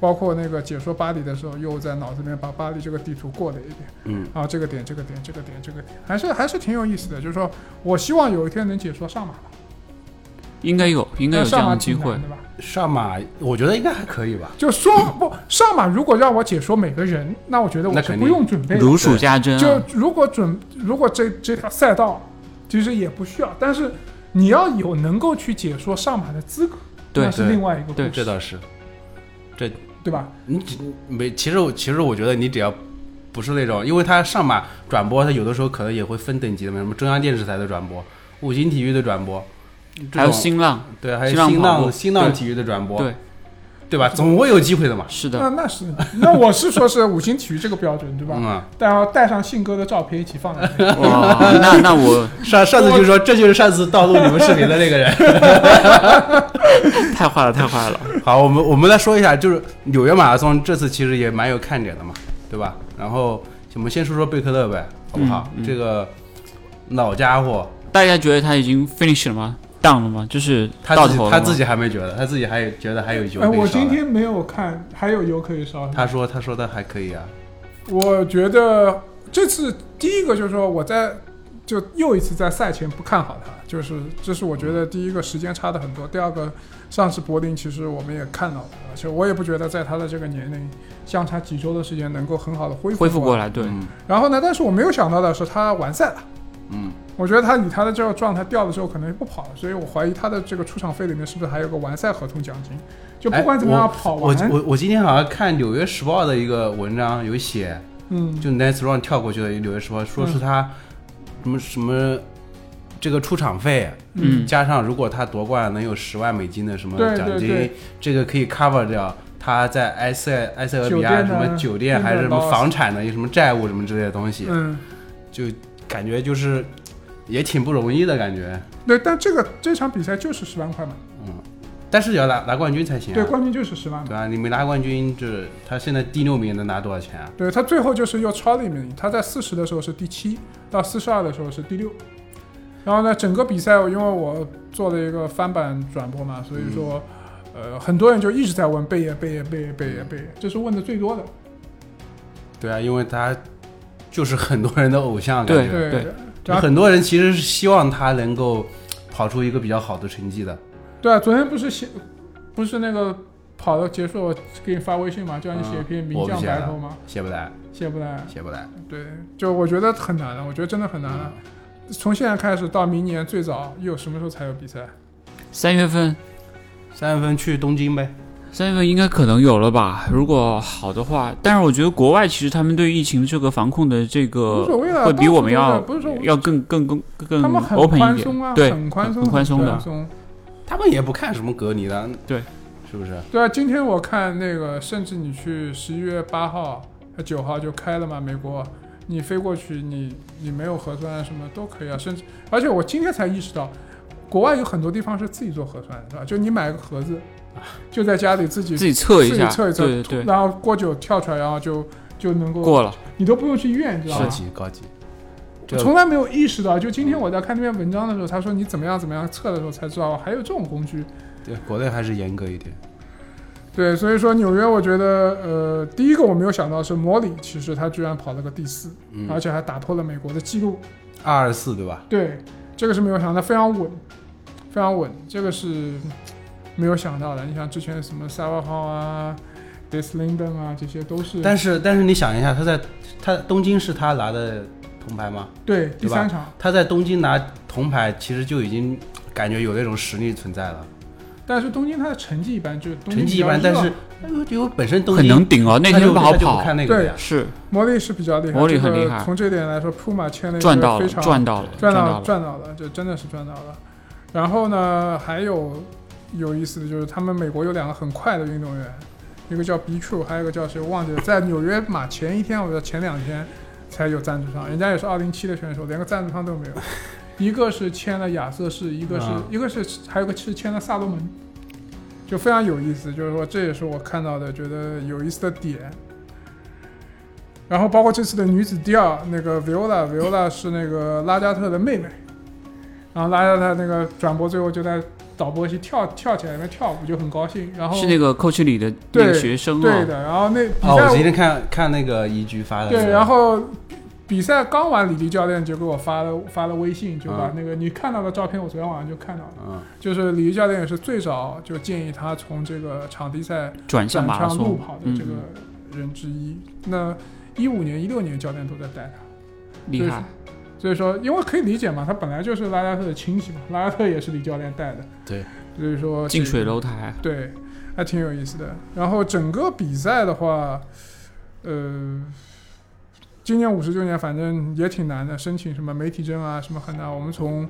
Speaker 3: 包括那个解说巴黎的时候，又在脑子里面把巴黎这个地图过了一遍。
Speaker 1: 嗯，
Speaker 3: 啊，这个点，这个点，这个点，这个点，还是还是挺有意思的。就是说我希望有一天能解说上马吧，
Speaker 2: 应该有应该有
Speaker 3: 但
Speaker 2: 这
Speaker 3: 上
Speaker 2: 样
Speaker 3: 马
Speaker 2: 的机
Speaker 3: 挺
Speaker 2: 会
Speaker 3: 难。的吧？
Speaker 1: 上马我觉得应该还可以吧，
Speaker 3: 就说不上马，如果让我解说每个人，那我觉得我
Speaker 1: 那
Speaker 3: 是
Speaker 1: 肯
Speaker 3: 不
Speaker 1: 定
Speaker 3: 用准备的。
Speaker 2: 如数家珍
Speaker 3: 就
Speaker 2: 啊，
Speaker 3: 如果准，如果这这条赛道其实也不需要，但是你要有能够去解说上马的资格，
Speaker 2: 对
Speaker 3: 那是
Speaker 1: 对
Speaker 3: 另外一个故
Speaker 2: 对
Speaker 3: 事，
Speaker 1: 这倒是。
Speaker 3: 对吧？
Speaker 1: 你只没，其实我其实我觉得你只要不是那种，因为他上马转播，他有的时候可能也会分等级的嘛，什么中央电视台的转播、五星体育的转播，这
Speaker 2: 还有
Speaker 1: 种
Speaker 2: 新浪，
Speaker 1: 对，还
Speaker 2: 新
Speaker 1: 有
Speaker 2: 浪
Speaker 1: 新
Speaker 2: 跑步
Speaker 1: 浪新浪
Speaker 2: 对
Speaker 1: 体育的转播，
Speaker 2: 对，
Speaker 1: 对吧？总会有机会的嘛。
Speaker 2: 是的，
Speaker 3: 那那是那我是说是五星体育这个标准对吧？
Speaker 1: 嗯啊，
Speaker 3: 但要带上信哥的照片一起放在那里。
Speaker 2: 哇，那那我
Speaker 1: 嗯上上次就说这就是上次盗录你们视频的那个人。
Speaker 2: 太坏了，太坏了。
Speaker 1: *laughs* 好，我们我们来说一下，就是纽约马拉松这次其实也蛮有看点的嘛，对吧？然后我们先说说贝克勒呗，好不好？
Speaker 2: 嗯嗯
Speaker 1: 这个老家伙，
Speaker 2: 大家觉得他已经 finish 了吗？down 了吗？就是
Speaker 1: 他
Speaker 2: 到
Speaker 1: 自己
Speaker 2: 头了
Speaker 1: 他
Speaker 2: 吗
Speaker 1: 自己还没觉得，他自己还有觉得还有油可
Speaker 3: 哎，
Speaker 1: 以烧的。
Speaker 3: 我今天没有看，还有油可以烧。
Speaker 1: 他说他说的还可以啊，
Speaker 3: 我觉得这次第一个就是说我在就又一次在赛前不看好他，就是这是我觉得第一个时间差的很多，第二个上次柏林其实我们也看到了，而且我也不觉得在他的这个年龄相差几周的时间能够很好的恢复
Speaker 2: 恢复过
Speaker 3: 来。
Speaker 2: 来，对，
Speaker 1: 嗯
Speaker 3: 然后呢，但是我没有想到的是他完赛了。
Speaker 1: 嗯，
Speaker 3: 我觉得他以他的这个状态掉的时候，可能不跑了，所以我怀疑他的这个出场费里面是不是还有个完赛合同奖金？就不管怎么
Speaker 1: 哎
Speaker 3: 样跑
Speaker 1: 我
Speaker 3: 完，
Speaker 1: 我我今天好像看《纽约时报》的一个文章有写，
Speaker 3: 嗯，
Speaker 1: 就 Nice Run 跳过去的《纽约时报》，说是他什么什么这个出场费，
Speaker 2: 嗯，
Speaker 1: 加上如果他夺冠能有十万美金的什么
Speaker 3: 对
Speaker 1: 奖
Speaker 3: 对
Speaker 1: 金
Speaker 3: 对，
Speaker 1: 这个可以 cover 掉他在埃塞埃塞俄比
Speaker 3: 酒
Speaker 1: 亚
Speaker 3: 店啊
Speaker 1: 什
Speaker 3: 的
Speaker 1: 么酒店还是什么
Speaker 3: loss
Speaker 1: 房产的什么债务什么之类的东西，
Speaker 3: 嗯，
Speaker 1: 就感觉就是也挺不容易的感觉，
Speaker 3: 对，但这个这场比赛就是十万块嘛，
Speaker 1: 嗯，但是也要拿拿冠军才行啊
Speaker 3: 对，，冠军就是十万嘛。
Speaker 1: 对吧？啊你没拿冠军，这他现在第六名能拿多少钱啊？
Speaker 3: 对他最后就是又超了一名，他在四十的时候是第七，到四十二的时候是第六。然后呢，整个比赛我因为我做了一个翻版转播嘛，所以说，呃，很多人就一直在问贝爷贝爷贝爷贝爷贝爷，这是问的最多的。
Speaker 1: 对啊，因为他就是很多人的偶像，感
Speaker 2: 对
Speaker 1: 觉。
Speaker 3: 对，
Speaker 1: 就
Speaker 3: 然后
Speaker 1: 很多人其实是希望他能够跑出一个比较好的成绩的。
Speaker 3: 对啊，昨天不是写，不是那个跑到结束我给你发微信嘛，叫你写一篇
Speaker 1: 嗯
Speaker 3: 名
Speaker 1: 我不
Speaker 3: 将
Speaker 1: 写
Speaker 3: 白
Speaker 1: 了
Speaker 3: 头吗？
Speaker 1: 写不来，
Speaker 3: 写不来。
Speaker 1: 写不来。
Speaker 3: 对，就我觉得很难了，我觉得真的很难了。从现在开始到明年最早又什么时候才有比赛？
Speaker 2: 三月份，
Speaker 1: 三月份去东京呗。
Speaker 2: 三月份应该可能有了吧，如果好的话。但是我觉得国外其实他们对疫情这个防控的这
Speaker 3: 无
Speaker 2: 个
Speaker 3: 所谓了，啊
Speaker 2: 会
Speaker 3: 到
Speaker 2: 比
Speaker 3: 处
Speaker 2: 我们
Speaker 3: 都
Speaker 2: 要
Speaker 3: 在不是说
Speaker 2: 要更更更更
Speaker 3: 他们很
Speaker 2: open
Speaker 3: 宽
Speaker 2: 一点，
Speaker 3: 松啊，
Speaker 2: 对
Speaker 3: 很宽松，
Speaker 2: 很宽松的
Speaker 3: 宽松。
Speaker 1: 他们也不看什么隔离的，
Speaker 2: 对，
Speaker 1: 是不是？
Speaker 3: 对啊，今天我看那个，甚至你去十一月八号、九号就开了嘛，美国，你飞过去，你你没有核酸什么都可以啊，甚至而且我今天才意识到，国外有很多地方是自己做核酸的，是吧？就你买个盒子，就在家里自己
Speaker 2: 自己测一下，
Speaker 3: 自己测一测
Speaker 2: 对对对，
Speaker 3: 然后过久跳出来，然后就就能够，
Speaker 2: 过了，
Speaker 3: 你都不用去医院，你知道
Speaker 1: 高
Speaker 3: 吗？
Speaker 1: 级高级。
Speaker 3: 我
Speaker 1: 这
Speaker 3: 从来没有意识到，就今天我在看那篇文章的时候，他说你怎么样怎么样测的时候才知道还有这种工具。
Speaker 1: 对国内还是严格一点。
Speaker 3: 对，所以说纽约，我觉得呃，第一个我没有想到是莫里，其实他居然跑了个第四，
Speaker 1: 嗯，
Speaker 3: 而且还打破了美国的记录。
Speaker 1: 二二四对吧？
Speaker 3: 对，这个是没有想到，非常稳，非常稳，这个是没有想到的。你想之前什么萨瓦号啊、迪斯林登啊，这些都是
Speaker 1: 但是但是你想一下，他在他东京是他拿的铜牌吗？
Speaker 3: 对第
Speaker 1: 吧
Speaker 3: 三场。
Speaker 1: 他在东京拿铜牌，其实就已经感觉有那种实力存在了。
Speaker 3: 但是东京他的成绩一般，就是东京
Speaker 1: 成绩一般，
Speaker 3: 比较
Speaker 1: 但
Speaker 3: 热
Speaker 1: 是因为本身东
Speaker 2: 很
Speaker 1: 京
Speaker 2: 能顶哦。那
Speaker 1: 他
Speaker 2: 天
Speaker 1: 就
Speaker 2: 好
Speaker 1: 他就
Speaker 2: 跑
Speaker 1: 不，看那个的
Speaker 3: 对
Speaker 1: 呀。
Speaker 2: 是
Speaker 3: 莫莉是比较厉害，
Speaker 2: 莫莉
Speaker 3: 这个
Speaker 2: 很厉害
Speaker 3: 从这点来说，Puma 签了一
Speaker 2: 赚
Speaker 3: 个
Speaker 2: 到了，
Speaker 3: 非常
Speaker 2: 赚到了，
Speaker 3: 赚
Speaker 2: 到了。
Speaker 3: 赚到了，就真的是赚到了。然后呢，还有有意思的就是，他们美国有两个很快的运动员，一个叫 B True，还有一个叫谁我忘记了，在纽约马前一天，我者前两天才有赞助商，人家也是二零七的选手，连个赞助商都没有。一个是签了亚瑟士，一个是、
Speaker 2: 啊
Speaker 1: 嗯
Speaker 3: 一个是还有个是签了萨洛门，就非常有意思。就是说，这也是我看到的觉得有意思的点。然后包括这次的女子第二，那个 Viola，Viola 是那个拉加特的妹妹，然后拉加特那个转播最后就在导播席跳跳起来，那跳舞就很高兴。然后
Speaker 2: 是那个扣奇里的那
Speaker 3: 对
Speaker 2: 个学生
Speaker 3: 对
Speaker 2: 哦，
Speaker 3: 的，然后那比
Speaker 1: 哦，我今
Speaker 3: 赛、
Speaker 1: 天看看那个一局发的。
Speaker 3: 对，然后比赛刚完，李丽教练就给我发了发了微信，就
Speaker 2: 啊
Speaker 3: 把
Speaker 1: 嗯
Speaker 3: 那个你看到的照片，我昨天晚上就看到了，
Speaker 1: 嗯，
Speaker 3: 就是李丽教练也是最早就建议他从这个场地赛
Speaker 2: 转向
Speaker 3: 转
Speaker 2: 马拉
Speaker 3: 向路
Speaker 2: 松
Speaker 3: 跑的，
Speaker 2: 嗯
Speaker 3: 这个人之一。那一五年、一六年教练都在带他，
Speaker 2: 厉害，
Speaker 3: 所以说因为可以理解嘛，他本来就是拉加特的亲戚嘛，拉加特也是李教练带的，
Speaker 1: 对，
Speaker 3: 所以说
Speaker 2: 近
Speaker 3: 这
Speaker 2: 水楼台，
Speaker 3: 对，还挺有意思的。然后整个比赛的话，呃，今年五十周年反正也挺难的，申请什么媒体证啊什么很难。我们从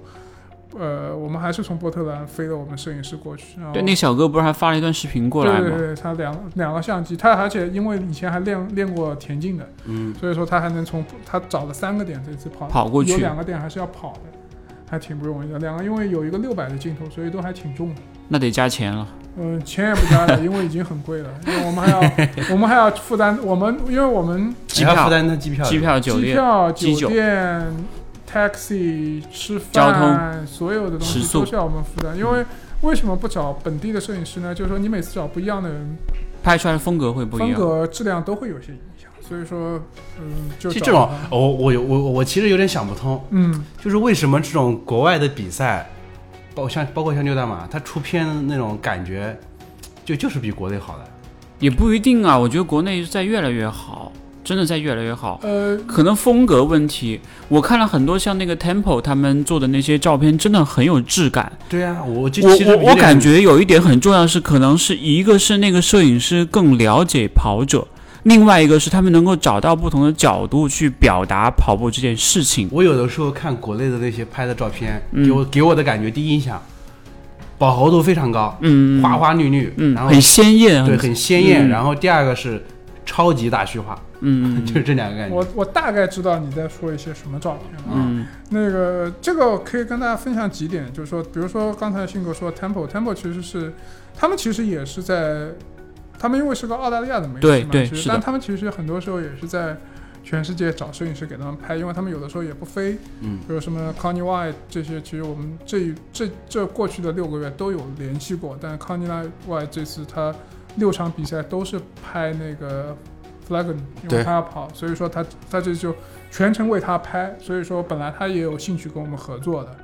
Speaker 3: 呃，我们还是从波特兰飞了我们摄影师过去。然后
Speaker 2: 对，那小哥不是还发了一段视频过来
Speaker 3: 哦对对
Speaker 2: 吗？
Speaker 3: 对，他两两个相机，他而且因为以前还练练过田径的，
Speaker 1: 嗯，
Speaker 3: 所以说他还能从他找了三个点，这次跑
Speaker 2: 跑过去
Speaker 3: 有两个点还是要跑的，还挺不容易的。两个因为有一个六百的镜头，所以都还挺重的。
Speaker 2: 那得加钱了。
Speaker 3: 嗯，钱也不
Speaker 2: *laughs*
Speaker 3: 加了，因为已经很贵了，因为我们还要我们还要负担我们，因为我们
Speaker 2: 机
Speaker 1: 还要负
Speaker 2: 票、
Speaker 1: 担他机票，
Speaker 2: 机票、酒
Speaker 3: 机
Speaker 2: 店，
Speaker 3: 票、
Speaker 2: 机酒
Speaker 3: 酒店、taxi、吃饭、
Speaker 2: 交通
Speaker 3: 所有的东
Speaker 2: 食
Speaker 3: 西
Speaker 2: 宿嗯
Speaker 3: 都需要我们负担。因为为什么不找本地的摄影师呢？就是说你每次找不一样的人，
Speaker 2: 拍出来的风格会不一
Speaker 3: 风
Speaker 2: 样。
Speaker 3: 格、质量都会有些影响。所以说，嗯，就
Speaker 1: 其实
Speaker 3: 找
Speaker 1: 这种
Speaker 3: 他，
Speaker 1: 我我有我我其实有点想不通，
Speaker 3: 嗯，
Speaker 1: 就是为什么这种国外的比赛，包像包括像六大马，它出片的那种感觉，就就是比国内好的。
Speaker 2: 也不一定啊，我觉得国内在越来越好，真的在越来越好。
Speaker 3: 呃，
Speaker 2: 可能风格问题，我看了很多像那个 Temple 他们做的那些照片，真的很有质感。
Speaker 1: 对啊，我就
Speaker 2: 我
Speaker 1: 其实有
Speaker 2: 我我
Speaker 1: 点
Speaker 2: 感觉有一点很重要是，可能是一个是那个摄影师更了解跑者，另外一个是他们能够找到不同的角度去表达跑步这件事情。
Speaker 1: 我有的时候看国内的那些拍的照片，
Speaker 2: 嗯
Speaker 1: 给我给我的感觉，第一印象，饱和度非常高，
Speaker 2: 嗯，
Speaker 1: 花花绿绿，
Speaker 2: 嗯，
Speaker 1: 然后
Speaker 2: 很鲜艳，
Speaker 1: 对很鲜艳。
Speaker 2: 嗯
Speaker 1: 然后第二个是超级大虚化， *laughs*
Speaker 2: 嗯
Speaker 1: 就是这两个感觉。
Speaker 3: 我我大概知道你在说一些什么照片
Speaker 1: 啊
Speaker 3: 了。
Speaker 2: 嗯
Speaker 3: 那个这个可以跟大家分享几点，就是说，比如说刚才信哥说 Temple，Temple 其实是他们其实也是在，他们因为是个澳大利亚的媒体
Speaker 2: 对
Speaker 3: 嘛，
Speaker 2: 对
Speaker 3: 其
Speaker 2: 是
Speaker 3: 实
Speaker 2: 的
Speaker 3: 但他们其实很多时候也是在全世界找摄影师给他们拍，因为他们有的时候也不飞，
Speaker 1: 嗯，
Speaker 3: 比如什么 Connie White 这些，其实我们这一这这过去的六个月都有联系过，但 Connie White 这次他六场比赛都是拍那个 Flagon，因
Speaker 1: 对
Speaker 3: 为他要跑，所以说他他这就全程为他拍，所以说本来他也有兴趣跟我们合作的。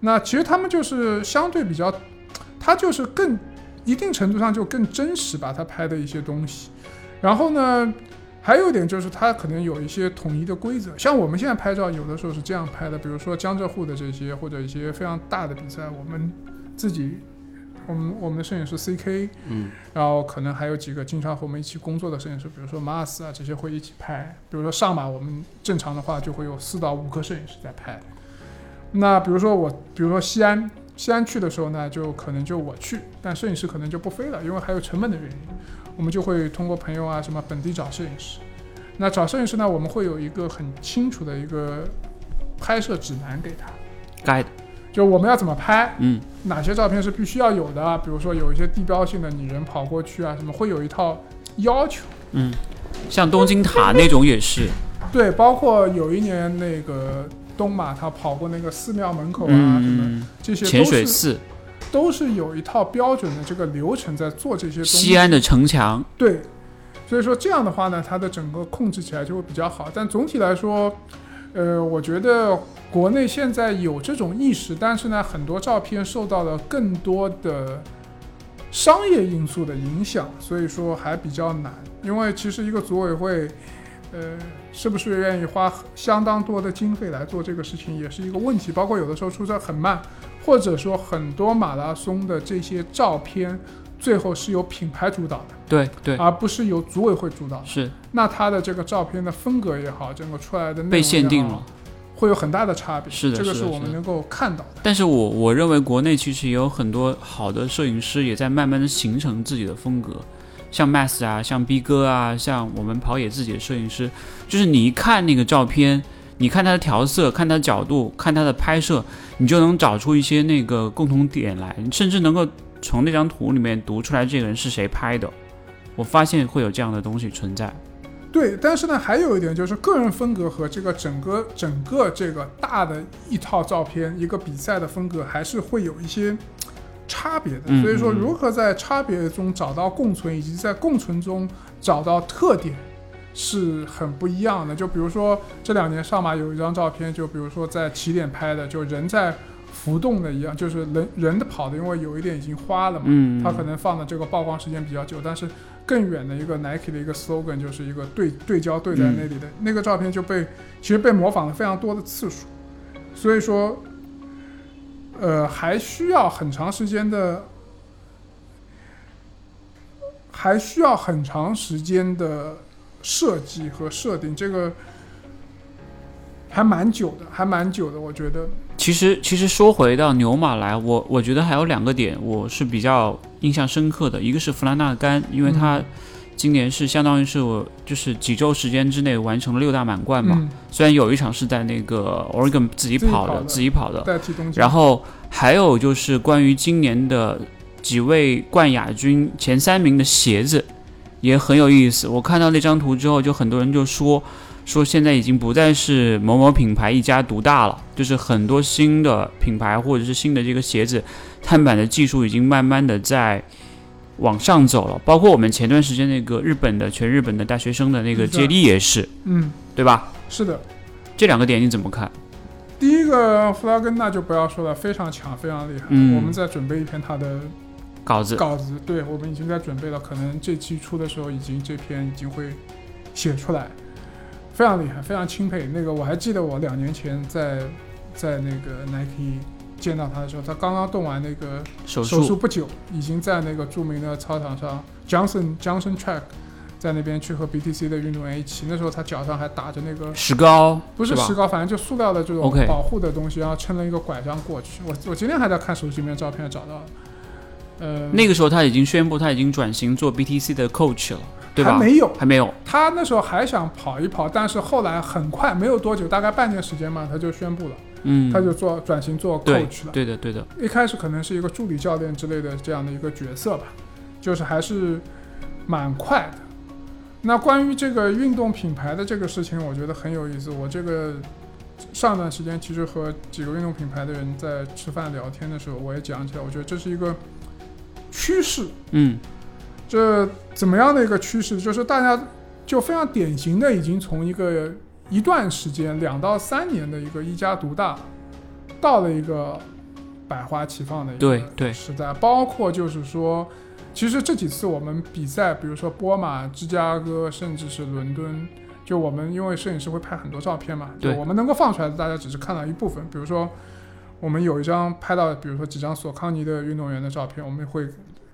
Speaker 3: 那其实他们就是相对比较，他就是更一定程度上就更真实吧，他拍的一些东西。然后呢，还有一点就是它可能有一些统一的规则，像我们现在拍照有的时候是这样拍的，比如说江浙沪的这些或者一些非常大的比赛，我们自己，我们我们的摄影师 CK，
Speaker 1: 嗯，
Speaker 3: 然后可能还有几个经常和我们一起工作的摄影师，比如说马尔斯啊这些会一起拍，比如说上马我们正常的话就会有四到五个摄影师在拍，那比如说我，比如说西安。西安去的时候呢，就可能就我去，但摄影师可能就不飞了，因为还有成本的原因。我们就会通过朋友啊什么本地找摄影师。那找摄影师呢，我们会有一个很清楚的一个拍摄指南给他，
Speaker 2: ，guide，
Speaker 3: 就我们要怎么拍，
Speaker 2: 嗯
Speaker 3: 哪些照片是必须要有的啊，比如说有一些地标性的，你人跑过去啊，什么会有一套要求。
Speaker 2: 嗯，像东京塔那种也是，
Speaker 3: 对，包括有一年那个东马他跑过那个寺庙门
Speaker 1: 哦
Speaker 3: 口啊，什么
Speaker 2: 嗯，
Speaker 3: 这些
Speaker 2: 潜
Speaker 3: 都
Speaker 2: 水
Speaker 3: 是
Speaker 2: 寺、
Speaker 3: 都是有一套标准的这个流程在做这些东西。
Speaker 2: 西安的城墙，
Speaker 3: 对，所以说这样的话呢，它的整个控制起来就会比较好。但总体来说，呃，我觉得国内现在有这种意识，但是呢，很多照片受到了更多的商业因素的影响，所以说还比较难。因为其实一个组委会，呃，是不是愿意花相当多的经费来做这个事情，也是一个问题。包括有的时候出车很慢，或者说很多马拉松的这些照片，最后是由品牌主导的。
Speaker 2: 对对
Speaker 3: 而不是由组委会主导的。
Speaker 2: 是
Speaker 3: 那它的这个照片的风格也好，整个哦出来的内容
Speaker 2: 被限定
Speaker 3: 也好
Speaker 2: 了。，
Speaker 3: 会有很大的差别。
Speaker 2: 是的
Speaker 3: 这个
Speaker 2: 是
Speaker 3: 是
Speaker 2: 的
Speaker 3: 我
Speaker 2: 是
Speaker 3: 们
Speaker 2: 的
Speaker 3: 能够看到的。
Speaker 2: 但是我我认为国内其实也有很多好的摄影师也在慢慢的形成自己的风格，像 Mass 啊，像 B 哥啊，像我们跑野自己的摄影师，就是你一看那个照片，你看他的调色，看他的角度，看他的拍摄，你就能找出一些那个共同点来，你甚至能够从那张图里面读出来这个人是谁拍的。我发现会有这样的东西存在，
Speaker 3: 对，但是呢，还有一点就是个人风格和这个整个整个这个大的一套照片一个比赛的风格还是会有一些差别的。
Speaker 2: 嗯
Speaker 3: 所以说，
Speaker 2: 嗯嗯
Speaker 3: 如何在差别中找到共存，以及在共存中找到特点。是很不一样的，就比如说这两年上马有一张照片，就比如说在起点拍的，就人在浮动的一样，就是人人的跑的，因为有一点已经花了嘛，
Speaker 2: 嗯
Speaker 3: 它可能放的这个曝光时间比较久，但是更远的一个 Nike 的一个 slogan 就是一个对对焦对在
Speaker 2: 嗯
Speaker 3: 那里的、那个照片就被其实被模仿了非常多的次数，所以说，呃，还需要很长时间的，还需要很长时间的设计和设定。这个还蛮久的，还蛮久的，我觉得。
Speaker 2: 其实，其实说回到牛马来，我我觉得还有两个点我是比较印象深刻的，一个是弗兰纳甘，因为他今年是相当于是我就是几周时间之内完成了六大满贯嘛，
Speaker 3: 嗯，
Speaker 2: 虽然有一场是在那个 Oregon 自己跑的，
Speaker 3: 自
Speaker 2: 自己跑的。
Speaker 3: 代替东京。
Speaker 2: 然后还有就是关于今年的几位冠亚军前三名的鞋子也很有意思。我看到那张图之后，就很多人就说说现在已经不再是某某品牌一家独大了，就是很多新的品牌或者是新的这个鞋子碳板的技术已经慢慢的在。往上走了，包括我们前段时间那个日本的全日本的大学生的那个接力也是，
Speaker 3: 嗯，
Speaker 2: 对吧？
Speaker 3: 是的，
Speaker 2: 这两个点你怎么看？
Speaker 3: 第一个弗拉根纳就不要说了，非常强，非常厉害。
Speaker 2: 嗯
Speaker 3: 我们在准备一篇他的
Speaker 2: 稿子，
Speaker 3: 稿子，对我们已经在准备了，可能这期出的时候已经这篇已经会写出来，非常厉害，非常钦佩。那个我还记得我两年前在在那个 Nike 见到他的时候，他刚刚动完那个
Speaker 2: 手
Speaker 3: 手术
Speaker 2: 术，
Speaker 3: 不久，已经在那个著名的操场上 Johnson Johnson Track 在那边去和 BTC 的运动员一起，那时候他脚上还打着那个
Speaker 2: 石膏
Speaker 3: 不是
Speaker 2: 吧
Speaker 3: 石膏，反正就塑料的这种
Speaker 2: OK
Speaker 3: 保护的东西，然后撑了一个拐杖过去。我我今天还在看手机里面照片找到了，呃，
Speaker 2: 那个时候他已经宣布他已经转型做 BTC 的 coach 了，对吧？
Speaker 3: 还没有，
Speaker 2: 还没有
Speaker 3: 他那时候还想跑一跑，但是后来很快没有多久，大概半年时间嘛，他就宣布了，
Speaker 2: 嗯，
Speaker 3: 他就做转型做
Speaker 2: 对
Speaker 3: coach 了。
Speaker 2: 对的，对的，
Speaker 3: 一开始可能是一个助理教练之类的这样的一个角色吧，就是还是蛮快的。那关于这个运动品牌的这个事情，我觉得很有意思。我这个上段时间其实和几个运动品牌的人在吃饭聊天的时候，我也讲起来，我觉得这是一个趋势。
Speaker 2: 嗯，
Speaker 3: 这怎么样的一个趋势？就是大家就非常典型的，已经从一个一段时间两到三年的一个一家独大，到了一个百花齐放的一
Speaker 2: 对
Speaker 3: 个
Speaker 2: 对
Speaker 3: 时代。包括就是说，其实这几次我们比赛，比如说波马、芝加哥，甚至是伦敦。就我们因为摄影师会拍很多照片嘛，就
Speaker 2: 对
Speaker 3: 我们能够放出来的，大家只是看到一部分。比如说，我们有一张拍到，比如说几张索康尼的运动员的照片，我们会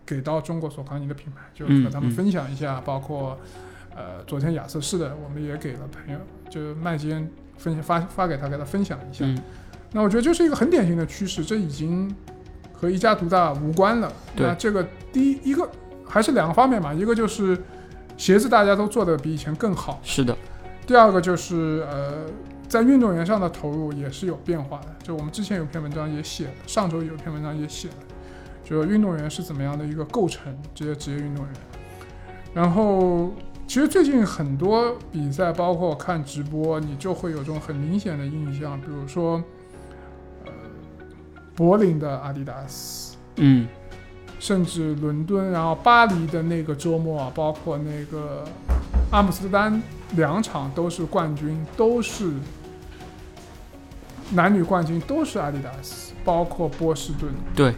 Speaker 3: 给到中国索康尼的品牌，就是和他们
Speaker 2: 嗯嗯
Speaker 3: 分享一下，包括呃昨天亚瑟士的，我们也给了朋友，就是麦基恩分享发发给他，给他分享一下。
Speaker 2: 嗯
Speaker 3: 那我觉得这是一个很典型的趋势，这已经和一家独大无关了。
Speaker 2: 对
Speaker 3: 那这个第一一个还是两个方面嘛，一个就是鞋子大家都做的比以前更好，
Speaker 2: 是的，
Speaker 3: 第二个就是呃，在运动员上的投入也是有变化的。就我们之前有篇文章也写了，上周有一篇文章也写了，就是运动员是怎么样的一个构成这些职业运动员。然后，其实最近很多比赛，包括看直播，你就会有种很明显的印象，比如说，呃，柏林的阿迪达斯，
Speaker 2: 嗯，
Speaker 3: 甚至伦敦，然后巴黎的那个周末啊，包括那个阿姆斯特丹两场都是冠军，都是男女冠军，都是阿迪达斯，包括波士顿，
Speaker 2: 对，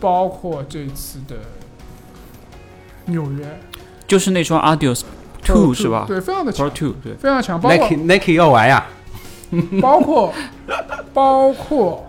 Speaker 3: 包括这次的纽约
Speaker 2: 就是那双 Adios Two 是吧
Speaker 3: 对，非常的强
Speaker 2: ？Pro，Two 对，
Speaker 3: 非常强，包括
Speaker 1: ，Nike Nike 要玩呀，
Speaker 3: *laughs* 包括包括，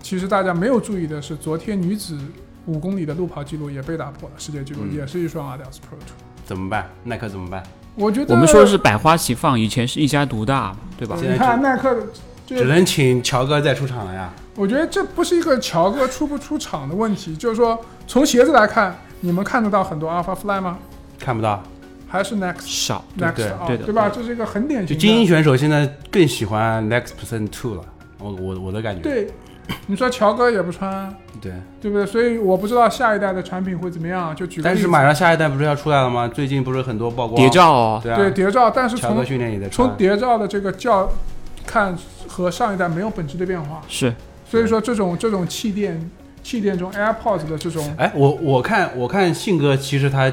Speaker 3: 其实大家没有注意的是，昨天女子五公里的路跑记录也被打破了，世界纪录、
Speaker 1: 嗯
Speaker 3: 也是一双 Adidas Pro Two。
Speaker 1: 怎么办？耐克怎么办？
Speaker 3: 我觉得
Speaker 2: 我们说的是百花齐放，以前是一家独大嘛，对吧？
Speaker 1: 现在
Speaker 3: 你看耐克的，
Speaker 1: 只
Speaker 3: 这
Speaker 1: 能请乔哥再出场了呀。
Speaker 3: 我觉得这不是一个乔哥出不出场的问题，就是说从鞋子来看，你们看得到很多 Alpha Fly 吗？
Speaker 1: 看不到，
Speaker 3: 还是 Next
Speaker 2: 少，
Speaker 1: 对
Speaker 3: Next 啊，
Speaker 2: 对的
Speaker 3: 吧？这是一个很典
Speaker 1: 就
Speaker 3: 型
Speaker 1: 精英
Speaker 3: 的。
Speaker 1: 选手现在更喜欢 Next Percent Two 了。我我我的感觉，
Speaker 3: 对，你说乔哥也不穿，
Speaker 1: 对，
Speaker 3: 对不对？所以我不知道下一代的产品会怎么样。就举个
Speaker 1: 但
Speaker 3: 例
Speaker 1: 是
Speaker 3: 子，
Speaker 1: 马上下一代不是要出来了吗？最近不是很多曝光
Speaker 2: 谍，照哦，
Speaker 1: 对
Speaker 3: 对
Speaker 1: 啊，
Speaker 3: 谍照，但是
Speaker 1: 乔哥
Speaker 3: 从
Speaker 1: 训练也在
Speaker 3: 从
Speaker 1: 穿，
Speaker 3: 谍照的这个教看和上一代没有本质的变化，
Speaker 2: 是
Speaker 3: 所以说这种这种气垫气垫中 AirPods 的这种
Speaker 1: 哎，我我看我看信哥，其实他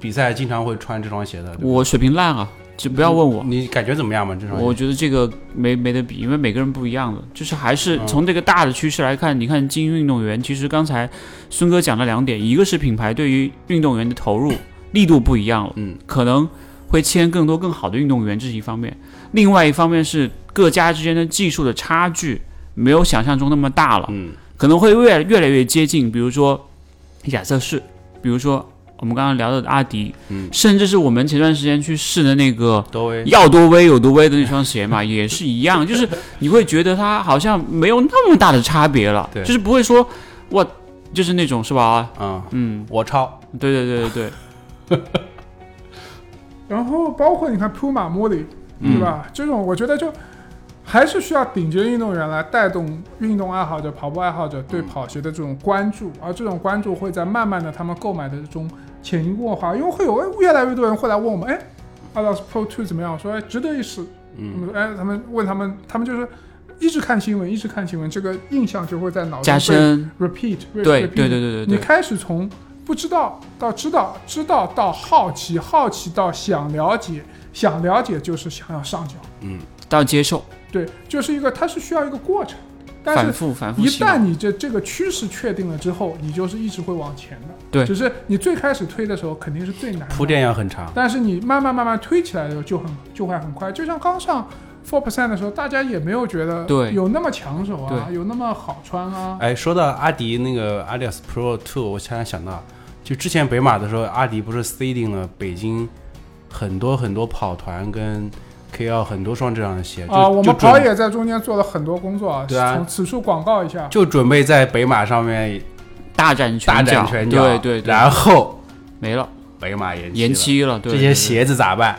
Speaker 1: 比赛经常会穿这双鞋的。对吧
Speaker 2: 我水平烂啊，就不要问我。
Speaker 1: 你感觉怎么样嘛？这双鞋
Speaker 2: 我觉得这个没没得比，因为每个人不一样的，就是还是
Speaker 1: 嗯
Speaker 2: 从这个大的趋势来看，你看精英运动员，其实刚才孙哥讲了两点，一个是品牌对于运动员的投入力度不一样了，
Speaker 1: 嗯，
Speaker 2: 可能会签更多更好的运动员，这是一方面；另外一方面是各家之间的技术的差距没有想象中那么大了，
Speaker 1: 嗯
Speaker 2: 可能会越越来越接近，比如说亚瑟士，比如说我们刚刚聊到的阿迪，
Speaker 1: 嗯
Speaker 2: 甚至是我们前段时间去试的那个
Speaker 1: 多威
Speaker 2: 要多威有多威的那双鞋嘛， *laughs* 也是一样，就是你会觉得它好像没有那么大的差别了，
Speaker 1: 对
Speaker 2: 就是不会说哇，就是那种是吧？
Speaker 1: 啊，
Speaker 2: 嗯，
Speaker 1: 我超
Speaker 2: 对对对对对，
Speaker 3: 然后包括你看 Puma、m o d
Speaker 2: 嗯
Speaker 3: 对吧？这种我觉得就还是需要顶级运动员来带动运动爱好者、跑步爱好者对跑鞋的这种关注，而这种关注会在慢慢的他们购买的中潜移默化，因为会有越来越多人会来问我们，哎，Adidas Pro Two 怎么样？我说哎，值得一试。嗯，哎，他们问他们，他们就是一直看新闻，一直看新闻，这个印象就会在脑中
Speaker 2: 加深，
Speaker 3: 被 repeat，
Speaker 2: 对
Speaker 3: repeat
Speaker 2: 对对对对
Speaker 3: 你
Speaker 2: 对，
Speaker 3: 开始从不知道到知道，知道到好奇，好奇到想了解，想了解就是想要上脚，
Speaker 2: 到接受，
Speaker 3: 对，就是一个它是需要一个过程，但
Speaker 2: 反
Speaker 3: 是
Speaker 2: 复反复
Speaker 3: 一
Speaker 2: 洗脑
Speaker 3: 旦，你这这个趋势确定了之后，你就是一直会往前的，
Speaker 2: 对
Speaker 3: 只是你最开始推的时候肯定是最难的
Speaker 1: 铺垫要很长，
Speaker 3: 但是你慢慢慢慢推起来的时候就很就会很快，就像刚上 four percent 的时候，大家也没有觉得
Speaker 2: 对
Speaker 3: 有那么抢手啊，有那么好穿啊，
Speaker 1: 哎，说到阿迪那个 Adidas Pro Two，我突然想到，就之前北马的时候，阿迪不是 C 定了北京很多很多跑团跟 KL 很多双这样的鞋，就、
Speaker 3: 啊，我
Speaker 1: 就
Speaker 3: 们
Speaker 1: 准
Speaker 3: 跑也在中间做了很多工作啊，
Speaker 1: 对啊
Speaker 3: 从此处广告一下。
Speaker 1: 就准备在北马上面
Speaker 2: 大展拳
Speaker 1: 大
Speaker 2: 脚，
Speaker 1: 展拳脚，
Speaker 2: 对对对，
Speaker 1: 然后
Speaker 2: 没了，
Speaker 1: 北马延期
Speaker 2: 延
Speaker 1: 了，
Speaker 2: 期了，对
Speaker 1: 这
Speaker 2: 对
Speaker 1: 些
Speaker 2: 对
Speaker 1: 鞋子咋办？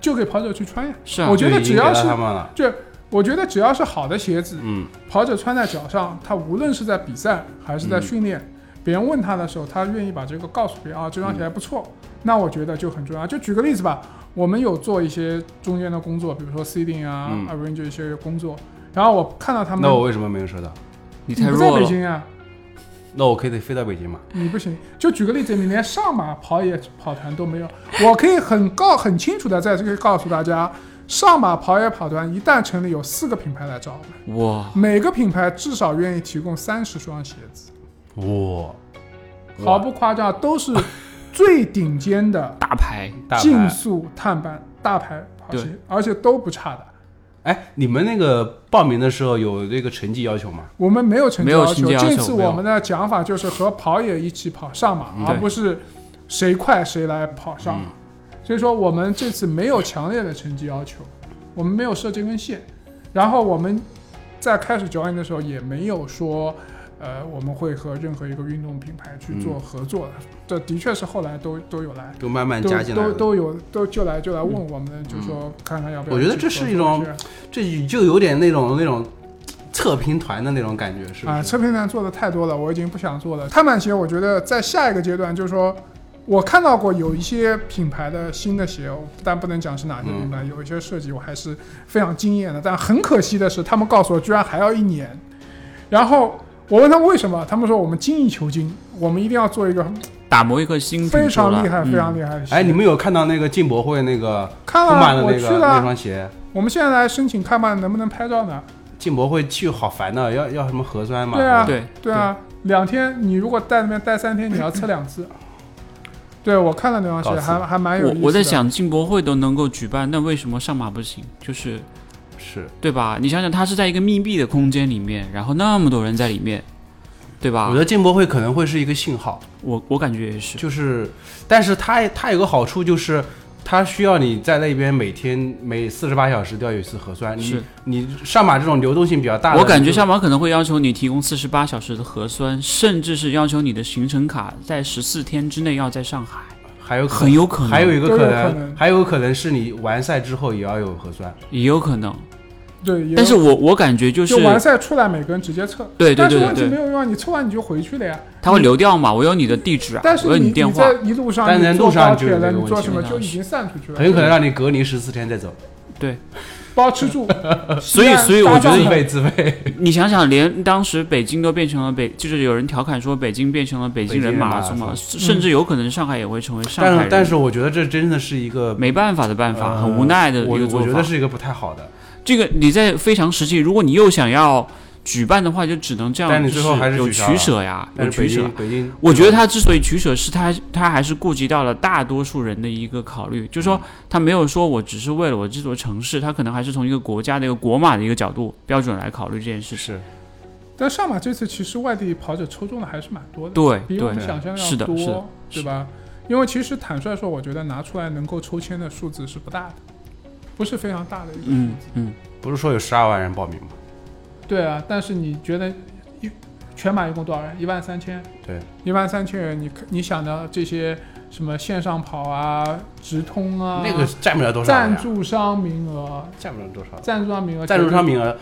Speaker 3: 就给跑者去穿呀。
Speaker 2: 是啊
Speaker 3: 我，觉得
Speaker 1: 就已经
Speaker 3: 只要
Speaker 1: 给到
Speaker 3: 是
Speaker 1: 他们了，
Speaker 3: 就我觉得只要是好的鞋子，
Speaker 1: 嗯，
Speaker 3: 跑者穿在脚上，他无论是在比赛还
Speaker 1: 嗯
Speaker 3: 是在训练，别人问他的时候，他愿意把这个告诉别人啊，这双鞋还不错，
Speaker 1: 嗯
Speaker 3: 那我觉得就很重要。就举个例子吧，我们有做一些中间的工作，比如说 seeding 啊、
Speaker 1: 嗯
Speaker 3: arrange 一些工作，然后我看到他们，
Speaker 1: 那我为什么没有收到？
Speaker 2: 你
Speaker 3: 你
Speaker 2: 太
Speaker 3: 不在
Speaker 2: 弱
Speaker 3: 北
Speaker 2: 了，
Speaker 3: 京啊，
Speaker 1: 那我可以得飞到北京嘛？
Speaker 3: 你不行。就举个例子，你连上马跑野跑团都没有，我可以很告很清楚的在这里告诉大家，上马跑野跑团一旦成立，有四个品牌来找我们，
Speaker 2: 哇，
Speaker 3: 每个品牌至少愿意提供三十双鞋子，
Speaker 1: 哇，
Speaker 3: 毫不夸张，都是最顶尖的
Speaker 2: *laughs* 大牌，
Speaker 1: 大
Speaker 3: 竞
Speaker 1: 牌。
Speaker 3: 速碳板大牌跑鞋
Speaker 2: 对，
Speaker 3: 而且都不差的。
Speaker 1: 哎，你们那个报名的时候有这个成绩要求吗？
Speaker 3: 我们没有成
Speaker 2: 没
Speaker 3: 绩
Speaker 2: 有
Speaker 3: 要求，
Speaker 2: 成绩要求
Speaker 3: 这次
Speaker 2: 没有嗯
Speaker 3: 我们的讲法就是和跑野一起跑上马，而
Speaker 2: 对嗯
Speaker 3: 不是谁快谁来跑上马。
Speaker 1: 嗯
Speaker 3: 所以说我们这次没有强烈的成绩要求，我们没有设这根线。然后我们在开始脚印的时候也没有说，呃，我们会和任何一个运动品牌去做合作的。这的确是后来都都有来。
Speaker 1: 就慢慢
Speaker 3: 都
Speaker 1: 加进来
Speaker 3: 都
Speaker 1: 了。
Speaker 3: 都有都就来就来问我们，就说看看要不要
Speaker 1: 我
Speaker 3: 一
Speaker 1: 觉得这
Speaker 3: 起合作一下。
Speaker 1: 是一种这就有点那种那种测评团的那种感觉，是不
Speaker 3: 啊，
Speaker 1: 是？
Speaker 3: 测评团做的太多了，我已经不想做了。碳板鞋，我觉得在下一个阶段，就是说我看到过有一些品牌的新的鞋，但不能讲是哪些品牌，
Speaker 1: 嗯
Speaker 3: 有一些设计我还是非常惊艳的。但很可惜的是，他们告诉我居然还要一年。然后我问他们为什么，他们说我们精益求精，我们一定要做一个
Speaker 2: 打磨一颗新品
Speaker 3: 非
Speaker 2: 出来
Speaker 3: 常厉害、
Speaker 2: 嗯
Speaker 3: 非常厉害的鞋。
Speaker 1: 哎，你们有看到那个进博会那个
Speaker 3: 看
Speaker 1: 布曼的
Speaker 3: 了，啊我
Speaker 1: 那
Speaker 3: 去
Speaker 1: 个那
Speaker 3: 了。
Speaker 1: 双鞋？
Speaker 3: 我们现在来申请看看能不能拍照呢？
Speaker 1: 进博会去好烦的，要要什么核酸嘛？
Speaker 3: 对啊
Speaker 2: 对
Speaker 3: 对啊，两天你如果在那边待三天，你要测
Speaker 1: *laughs*
Speaker 3: 两次。对，我看了那双鞋，
Speaker 1: 搞死
Speaker 3: 还还蛮有
Speaker 2: 我
Speaker 3: 意思啊
Speaker 2: 我在
Speaker 3: 的
Speaker 2: 想，进博会都能够举办，那为什么上马不行？就是
Speaker 1: 是，
Speaker 2: 对吧？你想想，它是在一个密闭的空间里面，然后那么多人在里面，对
Speaker 1: 我
Speaker 2: 吧
Speaker 1: 觉？得进博会可能会是一个信号，
Speaker 2: 我我感觉也是，
Speaker 1: 就是，但是它它有个好处就是。它需要你在那边每天每四十八小时都要有一次核酸。你
Speaker 2: 是
Speaker 1: 你上马这种流动性比较大的，
Speaker 2: 我感觉
Speaker 1: 就
Speaker 2: 上马可能会要求你提供四十八小时的核酸，甚至是要求你的行程卡在十四天之内要在上海，
Speaker 1: 还有可
Speaker 2: 很有可能，
Speaker 1: 还有一个可
Speaker 3: 都有可
Speaker 1: 能，
Speaker 3: 能
Speaker 1: 还有可能是你完赛之后也要有核酸。
Speaker 2: 也有可能。
Speaker 3: 对，也有
Speaker 2: 但是我我感觉就是
Speaker 3: 就，完赛出来，每个人直接测。
Speaker 2: 对对
Speaker 3: 但是
Speaker 2: 对
Speaker 3: 问
Speaker 2: 对
Speaker 3: 题没
Speaker 2: 对，
Speaker 3: 有用啊，你测完你就回去了呀。
Speaker 2: 他会流掉嘛？我有你的地址啊
Speaker 3: 但，是
Speaker 2: 我有
Speaker 3: 你
Speaker 2: 电话
Speaker 3: 在，一路上，
Speaker 1: 但是
Speaker 3: 你坐
Speaker 1: 路上
Speaker 3: 高
Speaker 1: 就
Speaker 3: 铁
Speaker 1: 有
Speaker 3: 了，
Speaker 1: 这个
Speaker 3: 你做
Speaker 1: 问题
Speaker 3: 什么
Speaker 2: 了
Speaker 3: 就已经散出去了，
Speaker 1: 很有可能让你隔离十四天再走，
Speaker 2: 对。
Speaker 3: 包
Speaker 1: *laughs*
Speaker 3: 吃住。
Speaker 2: *laughs* 所以
Speaker 3: 西安
Speaker 2: 所以我
Speaker 3: 搭
Speaker 2: 觉得
Speaker 3: 帐
Speaker 1: 自
Speaker 3: 篷
Speaker 1: 费自费。
Speaker 2: 你想想，连当时北京都变成了北，就是有人调侃说北京变成了北京人马拉松嘛，
Speaker 1: 北
Speaker 2: 甚甚至有可能上海也会成为上海
Speaker 1: 但
Speaker 2: 人。
Speaker 1: 是但是我觉得这真的是一个
Speaker 2: 没办法的办法，
Speaker 1: 呃
Speaker 2: 很无奈的一
Speaker 1: 我
Speaker 2: 个
Speaker 1: 我
Speaker 2: 做
Speaker 1: 觉
Speaker 2: 法
Speaker 1: 得。是一个不太好的。
Speaker 2: 这个你在非常时期，如果你又想要举办的话，就只能这样，
Speaker 1: 但你最后还是
Speaker 2: 有
Speaker 1: 取消了
Speaker 2: 取舍呀，有
Speaker 1: 但是
Speaker 2: 取
Speaker 1: 北
Speaker 2: 舍
Speaker 1: 京。北京，
Speaker 2: 我觉得他之所以取舍，是他他还是顾及到了大多数人的一个考虑，就
Speaker 1: 嗯
Speaker 2: 是说他没有说我只是为了我这座城市，他可能还是从一个国家的一个国码的一个角度标准来考虑这件事情。
Speaker 1: 是
Speaker 3: 但上马这次其实外地跑者抽中的还是蛮多的，
Speaker 2: 对
Speaker 3: 比我
Speaker 2: 对
Speaker 3: 们想象的
Speaker 2: 是的
Speaker 3: 要
Speaker 2: 是的
Speaker 3: 多，
Speaker 2: 是
Speaker 3: 对吧？因为其实坦率说，我觉得拿出来能够抽签的数字是不大的，不是非常大的一个数字。
Speaker 2: 嗯嗯，
Speaker 1: 不是说有十二万人报名吗？
Speaker 3: 对啊，但是你觉得一全马一共多少人？一万三千。
Speaker 1: 对，
Speaker 3: 一万三千人，你你想到这些什么线上跑啊、直通啊，
Speaker 1: 那个占不了多少
Speaker 3: 赞
Speaker 1: 呀，
Speaker 3: 助商名额，
Speaker 1: 占不了多少，
Speaker 3: 赞助商名额，
Speaker 1: 赞助商名额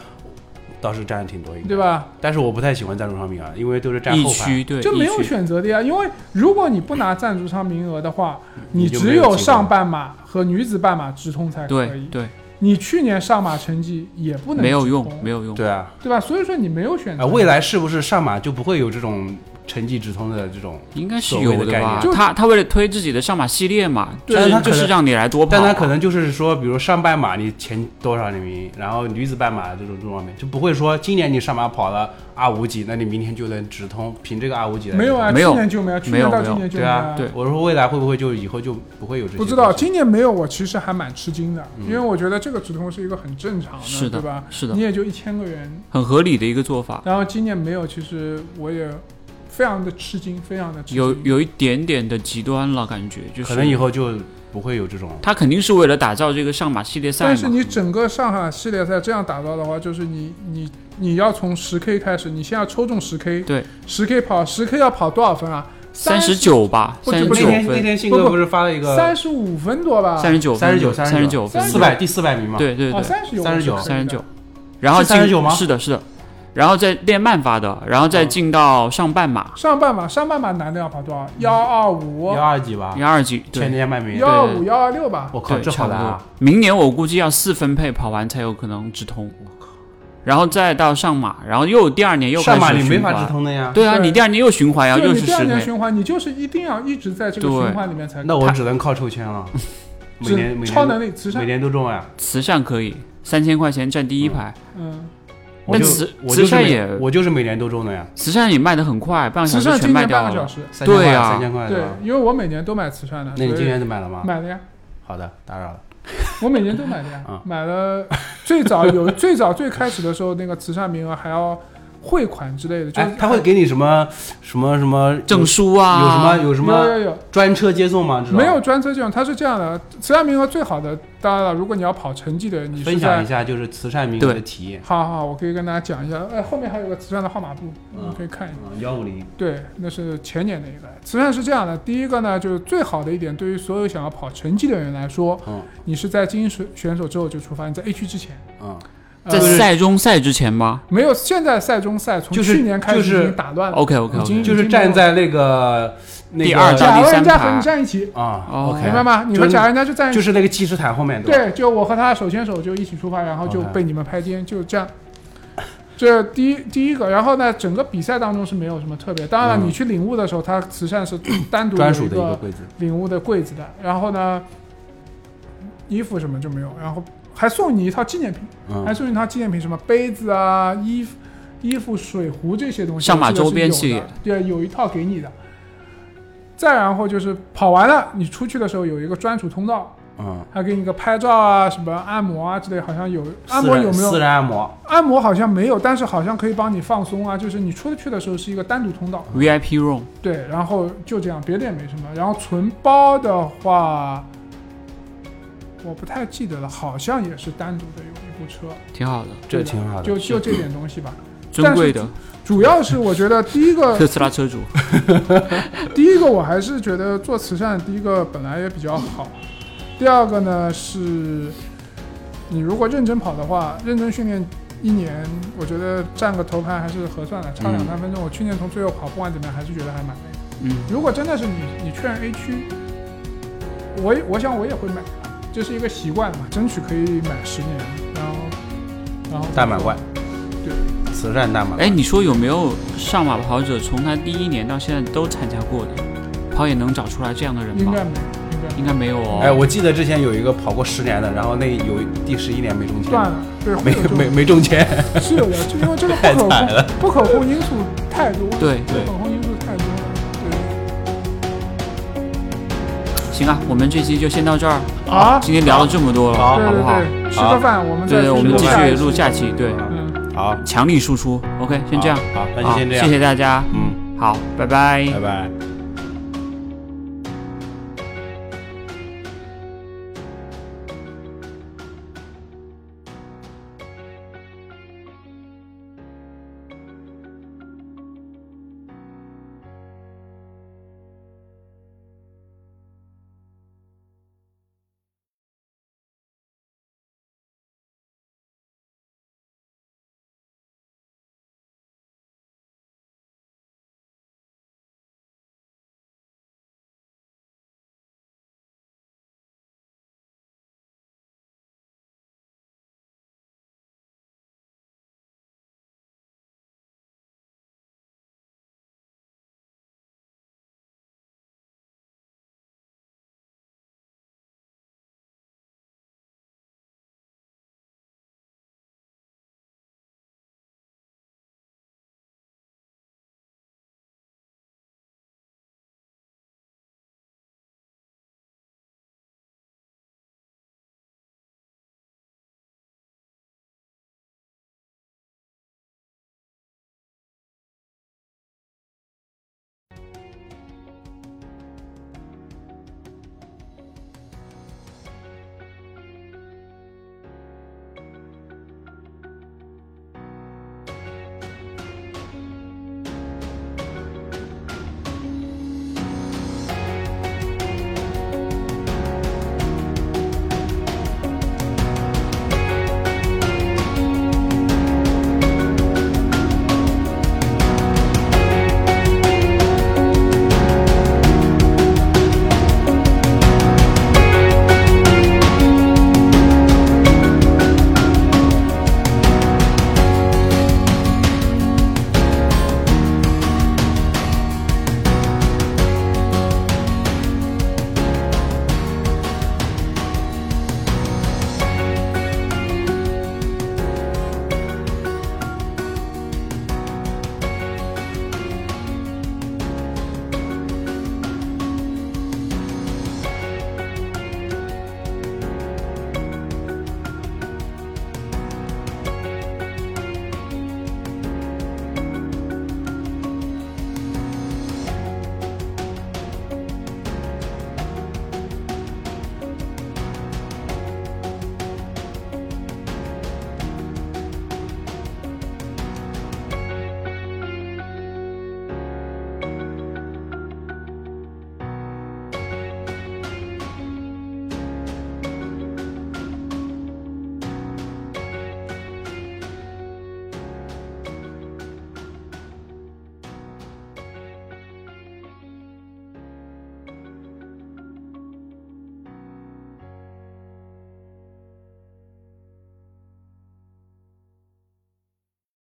Speaker 1: 倒是占的挺多一点，
Speaker 3: 对？吧？
Speaker 1: 但是我不太喜欢赞助商名额，因为都是占
Speaker 2: 疫
Speaker 1: 后排。
Speaker 2: 区对，
Speaker 3: 就没
Speaker 2: 疫
Speaker 3: 有
Speaker 2: 区
Speaker 3: 选择的呀，因为如果你不拿赞助商名额的话，
Speaker 1: 你就
Speaker 3: 只
Speaker 1: 没有机会
Speaker 3: 上半马和女子半马直通才可
Speaker 2: 对
Speaker 3: 以。
Speaker 2: 对，
Speaker 3: 你去年上马成绩也不能
Speaker 2: 没有
Speaker 3: 直
Speaker 2: 用
Speaker 3: 通，
Speaker 2: 没有用。
Speaker 1: 对啊，
Speaker 3: 对吧？所以说你没有选择。
Speaker 1: 啊，未来是不是上马就不会有这种成绩直通的这种？
Speaker 2: 应该是
Speaker 1: 所谓
Speaker 2: 有
Speaker 1: 的概
Speaker 2: 吧
Speaker 1: 念？
Speaker 3: 就
Speaker 2: 他他为了推自己的上马系列嘛，就
Speaker 1: 对但
Speaker 2: 是
Speaker 1: 他可
Speaker 2: 就
Speaker 1: 能
Speaker 2: 是让你来多跑啊，
Speaker 1: 但他可能就是说，比如上半马你前多少名，然后女子半马这种这种方面，就不会说今年你上马跑了二五几，那你明天就能直通，凭这个二五几来
Speaker 3: 没有啊，
Speaker 2: 没有
Speaker 3: 去年就没有，去
Speaker 2: 没有
Speaker 3: 年到
Speaker 2: 没有
Speaker 3: 今年就
Speaker 1: 对
Speaker 3: 没有啊
Speaker 1: 啊，
Speaker 2: 对
Speaker 1: 我说未来会不会就以后就不会有这些？
Speaker 3: 不知道，今年没有，我其实还蛮吃惊的，
Speaker 1: 嗯
Speaker 3: 因为我觉得这个直通是一个很正常的，
Speaker 2: 是的
Speaker 3: 对吧？
Speaker 2: 是的
Speaker 3: 你，也就一千个人，
Speaker 2: 很合理的一个做法。
Speaker 3: 然后今年没有，其实我也非常的吃惊，非常的吃惊。
Speaker 2: 有有一点点的极端了，感觉就是
Speaker 1: 可能以后就不会有这种。
Speaker 2: 他肯定是为了打造这个上马系列赛嘛。
Speaker 3: 但是你整个上海系列赛这样打造的话，就是你你你要从十 K 开始，你先要抽中十 K，
Speaker 2: 对，
Speaker 3: 十 K 跑十 K 要跑多少分啊？
Speaker 2: 三
Speaker 3: 十
Speaker 2: 十，九吧，
Speaker 3: 不
Speaker 2: 三
Speaker 3: 止
Speaker 1: 那
Speaker 2: 十
Speaker 3: 不
Speaker 2: 九
Speaker 3: 止
Speaker 1: 天那
Speaker 2: 分，
Speaker 1: 天信
Speaker 3: 不
Speaker 1: 哥
Speaker 3: 不
Speaker 1: 不是发了一个
Speaker 3: 三十五分多吧？
Speaker 2: 三十九
Speaker 1: 三十九
Speaker 2: 三十九
Speaker 1: 39
Speaker 2: 分，
Speaker 1: 四百第四百名嘛，
Speaker 2: 对对
Speaker 3: 哦，
Speaker 2: 对，
Speaker 3: 三十九，
Speaker 1: 39
Speaker 2: 三十九，然后
Speaker 1: 是39
Speaker 2: 进
Speaker 1: 吗啊
Speaker 2: 是的，是的，然后再练慢法的，然后再进到上半马
Speaker 3: 上半马，上半马男的要跑多少？幺二五
Speaker 1: 幺，二几吧
Speaker 2: 嗯一，二级，
Speaker 1: 前
Speaker 2: 对，
Speaker 1: 年半名
Speaker 3: 幺。二五，幺二六吧。
Speaker 1: 我靠，
Speaker 2: 对，
Speaker 1: 这
Speaker 2: 差
Speaker 1: 好
Speaker 2: 不
Speaker 1: 难
Speaker 2: 多
Speaker 1: 啊！。
Speaker 2: 明年我估计要四分配跑完才有可能直通，然后再到上马，然后又第二年又开
Speaker 1: 上马
Speaker 2: 始
Speaker 1: 你没
Speaker 2: 循
Speaker 1: 法直
Speaker 2: 环，
Speaker 1: 通的呀，
Speaker 2: 对啊，
Speaker 3: 对
Speaker 2: 你第二年又循
Speaker 1: 哎
Speaker 2: 环呀，
Speaker 3: 就
Speaker 2: 又
Speaker 3: 你
Speaker 2: 是
Speaker 3: 第
Speaker 2: 十
Speaker 3: 二年
Speaker 2: 配，
Speaker 3: 循环，你就是一定要一直在这个
Speaker 2: 对
Speaker 3: 循环里面才。
Speaker 1: 那我只能靠抽签
Speaker 2: *laughs*
Speaker 1: 了，每
Speaker 3: 只
Speaker 1: 年每
Speaker 3: 超
Speaker 1: 年
Speaker 3: 能力慈
Speaker 1: 每
Speaker 3: 善，
Speaker 1: 年都中啊呀。
Speaker 2: 慈善可以，三千块钱占第一排，
Speaker 3: 嗯，
Speaker 1: 我就
Speaker 2: 但慈
Speaker 1: 我就
Speaker 2: 慈
Speaker 1: 是
Speaker 2: 善
Speaker 1: 每
Speaker 2: 也
Speaker 1: 我就是每年都中的呀，
Speaker 2: 慈善也卖的很快，半个小
Speaker 3: 嗯
Speaker 2: 时
Speaker 3: 慈善
Speaker 2: 全
Speaker 3: 今
Speaker 2: 卖
Speaker 3: 年
Speaker 2: 掉
Speaker 3: 半个小
Speaker 2: 了。
Speaker 3: 时，
Speaker 1: 三千块
Speaker 2: 对呀
Speaker 1: 三千块
Speaker 3: 对
Speaker 1: 是吧，
Speaker 3: 因为我每年都买慈善的，
Speaker 1: 那你
Speaker 3: 所以
Speaker 1: 今年就啊买了吗？
Speaker 3: 买了呀？
Speaker 1: 好的，打扰了。
Speaker 3: 我每年都买的呀，
Speaker 1: 啊
Speaker 3: 买了最早有最早最开始的时候，那个慈善名额还要汇款之类的，就
Speaker 1: 哎，他会给你什么什么什么
Speaker 2: 证
Speaker 1: 有
Speaker 2: 书啊，
Speaker 1: 有什么有什
Speaker 3: 有
Speaker 1: 么
Speaker 3: 有有。
Speaker 1: 专车接送吗？知道吗
Speaker 3: 没有专车这种，它是这样的，慈善名额最好的，当然了，如果你要跑成绩的，你是
Speaker 1: 分享
Speaker 3: 在
Speaker 1: 一，下就是慈善名额的
Speaker 2: 对
Speaker 1: 体验。
Speaker 3: 好好，我可以跟大家讲一下，哎，后面还有个慈善的号码布，
Speaker 1: 嗯
Speaker 3: 你可以看一下。
Speaker 1: 嗯，幺五零，
Speaker 3: 对，那是前年的一个。慈善是这样的，第一个呢，就是最好的一点，对于所有想要跑成绩的人来说，
Speaker 1: 嗯
Speaker 3: 你是在精英选选手之后就出发，你在 A 区之前，
Speaker 1: 嗯，
Speaker 3: 呃
Speaker 2: 在赛中赛之前吗
Speaker 3: 没有现在赛中赛从
Speaker 1: 就是
Speaker 3: 去年开始已
Speaker 1: 就是哦
Speaker 3: 经打乱了。
Speaker 2: ？OK OK
Speaker 3: 呃已经
Speaker 2: OK，
Speaker 1: 就是站
Speaker 3: 嗯
Speaker 1: 在那个那个
Speaker 2: 第二张
Speaker 3: 假
Speaker 2: 到
Speaker 3: 如
Speaker 2: 第
Speaker 3: 人
Speaker 2: 三
Speaker 3: 家和
Speaker 2: 排
Speaker 3: 你站一起，
Speaker 1: 啊
Speaker 2: 哦
Speaker 1: ，OK，
Speaker 3: 明白吗？你
Speaker 1: 就
Speaker 3: 和
Speaker 1: 是
Speaker 3: 假如人家就站一
Speaker 1: 就
Speaker 3: 起，
Speaker 1: 是哦那个计时毯后面吧
Speaker 3: 对，就我和他手牵手就一起出发，然后就
Speaker 1: OK
Speaker 3: 被你们拍肩，就这样。这第一第一个，然后呢，整个比赛当中是没有什么特别。当然了，
Speaker 1: 嗯
Speaker 3: 你去领物的时候，它慈善是单独有
Speaker 1: 专属的
Speaker 3: 一
Speaker 1: 一个
Speaker 3: 个
Speaker 1: 柜子。
Speaker 3: 领物的柜子的。然后呢，衣服什么就没有，然后还送你一套纪念品，还
Speaker 1: 嗯，
Speaker 3: 送你一套纪念品，什么杯子啊、衣服、衣服、水壶这些东西。
Speaker 2: 上马
Speaker 3: 我记得
Speaker 2: 周边
Speaker 3: 是有的
Speaker 2: 系
Speaker 3: 对，有一套给你的。再然后就是跑完了，你出去的时候有一个专属通道，
Speaker 1: 嗯，
Speaker 3: 还给你个拍照啊、什么按摩啊之类，好像有按
Speaker 1: 私
Speaker 3: 摩
Speaker 1: 人
Speaker 3: 有没
Speaker 1: 私
Speaker 3: 有？
Speaker 1: 人按摩？
Speaker 3: 按摩好像没有，但是好像可以帮你放松啊。就是你出去的时候是一个单独通道，
Speaker 2: VIP room，
Speaker 3: 对，然后就这样，别的也没什么。然后存包的话，我不太记得了，好像也是单独的有一部车，
Speaker 2: 挺好的，
Speaker 1: 这挺好的
Speaker 3: 就。就这点东西吧。
Speaker 1: *laughs*
Speaker 2: 尊贵的
Speaker 3: 主要是我觉得第一个
Speaker 2: 特斯拉车主。
Speaker 3: 第一个我还是觉得做慈善，第一个本来也比较好，第二个呢是，你如果认真跑的话，认真训练一年，我觉得占个头盘还是合算的，差两
Speaker 2: 嗯
Speaker 3: 三分钟。我去年从最后跑，不管怎么样，还是觉得还蛮累的。
Speaker 2: 嗯，
Speaker 3: 如果真的是你，你确认 A 区，我也我想我也会买，这是一个习惯嘛，争取可以买十年，然后然后
Speaker 1: 大满贯，
Speaker 3: 对，
Speaker 1: 慈善大满贯。
Speaker 2: 哎，你说有没有上马跑者从他第一年到现在都参加过的？跑也能找出来这样的人
Speaker 3: 应
Speaker 2: 吗？
Speaker 3: 该没有，应该没
Speaker 2: 应该没有哦。
Speaker 1: 哎，我记得之前有一个跑过十年的，然后那有第十一年没中
Speaker 3: 有
Speaker 1: 签，
Speaker 3: 断了，对，会
Speaker 1: 没
Speaker 3: 有这种
Speaker 1: 没没中签。
Speaker 3: 是有的，就因为这个
Speaker 1: 太
Speaker 3: 不可
Speaker 1: 惨了
Speaker 3: 控、不可控因素太多，
Speaker 2: 对
Speaker 3: 不可控因素太多了。对
Speaker 2: 行啊，我们这期就先到这儿。
Speaker 3: 啊，
Speaker 2: 今天聊了这么多了，
Speaker 1: 好
Speaker 3: 对
Speaker 2: 不好？
Speaker 3: 对对，吃个饭，我们
Speaker 2: 对
Speaker 3: 再
Speaker 2: 对，我们
Speaker 3: 去
Speaker 2: 继
Speaker 3: 下
Speaker 2: 续
Speaker 3: 一
Speaker 2: 录
Speaker 3: 期
Speaker 2: 下期。对，
Speaker 3: 嗯。
Speaker 1: 好，
Speaker 2: 强力输出。OK，先这样。
Speaker 1: 好，那就
Speaker 2: 好，
Speaker 1: 先这样。
Speaker 2: 谢谢大家。
Speaker 1: 嗯，
Speaker 2: 好，拜拜
Speaker 1: 拜拜。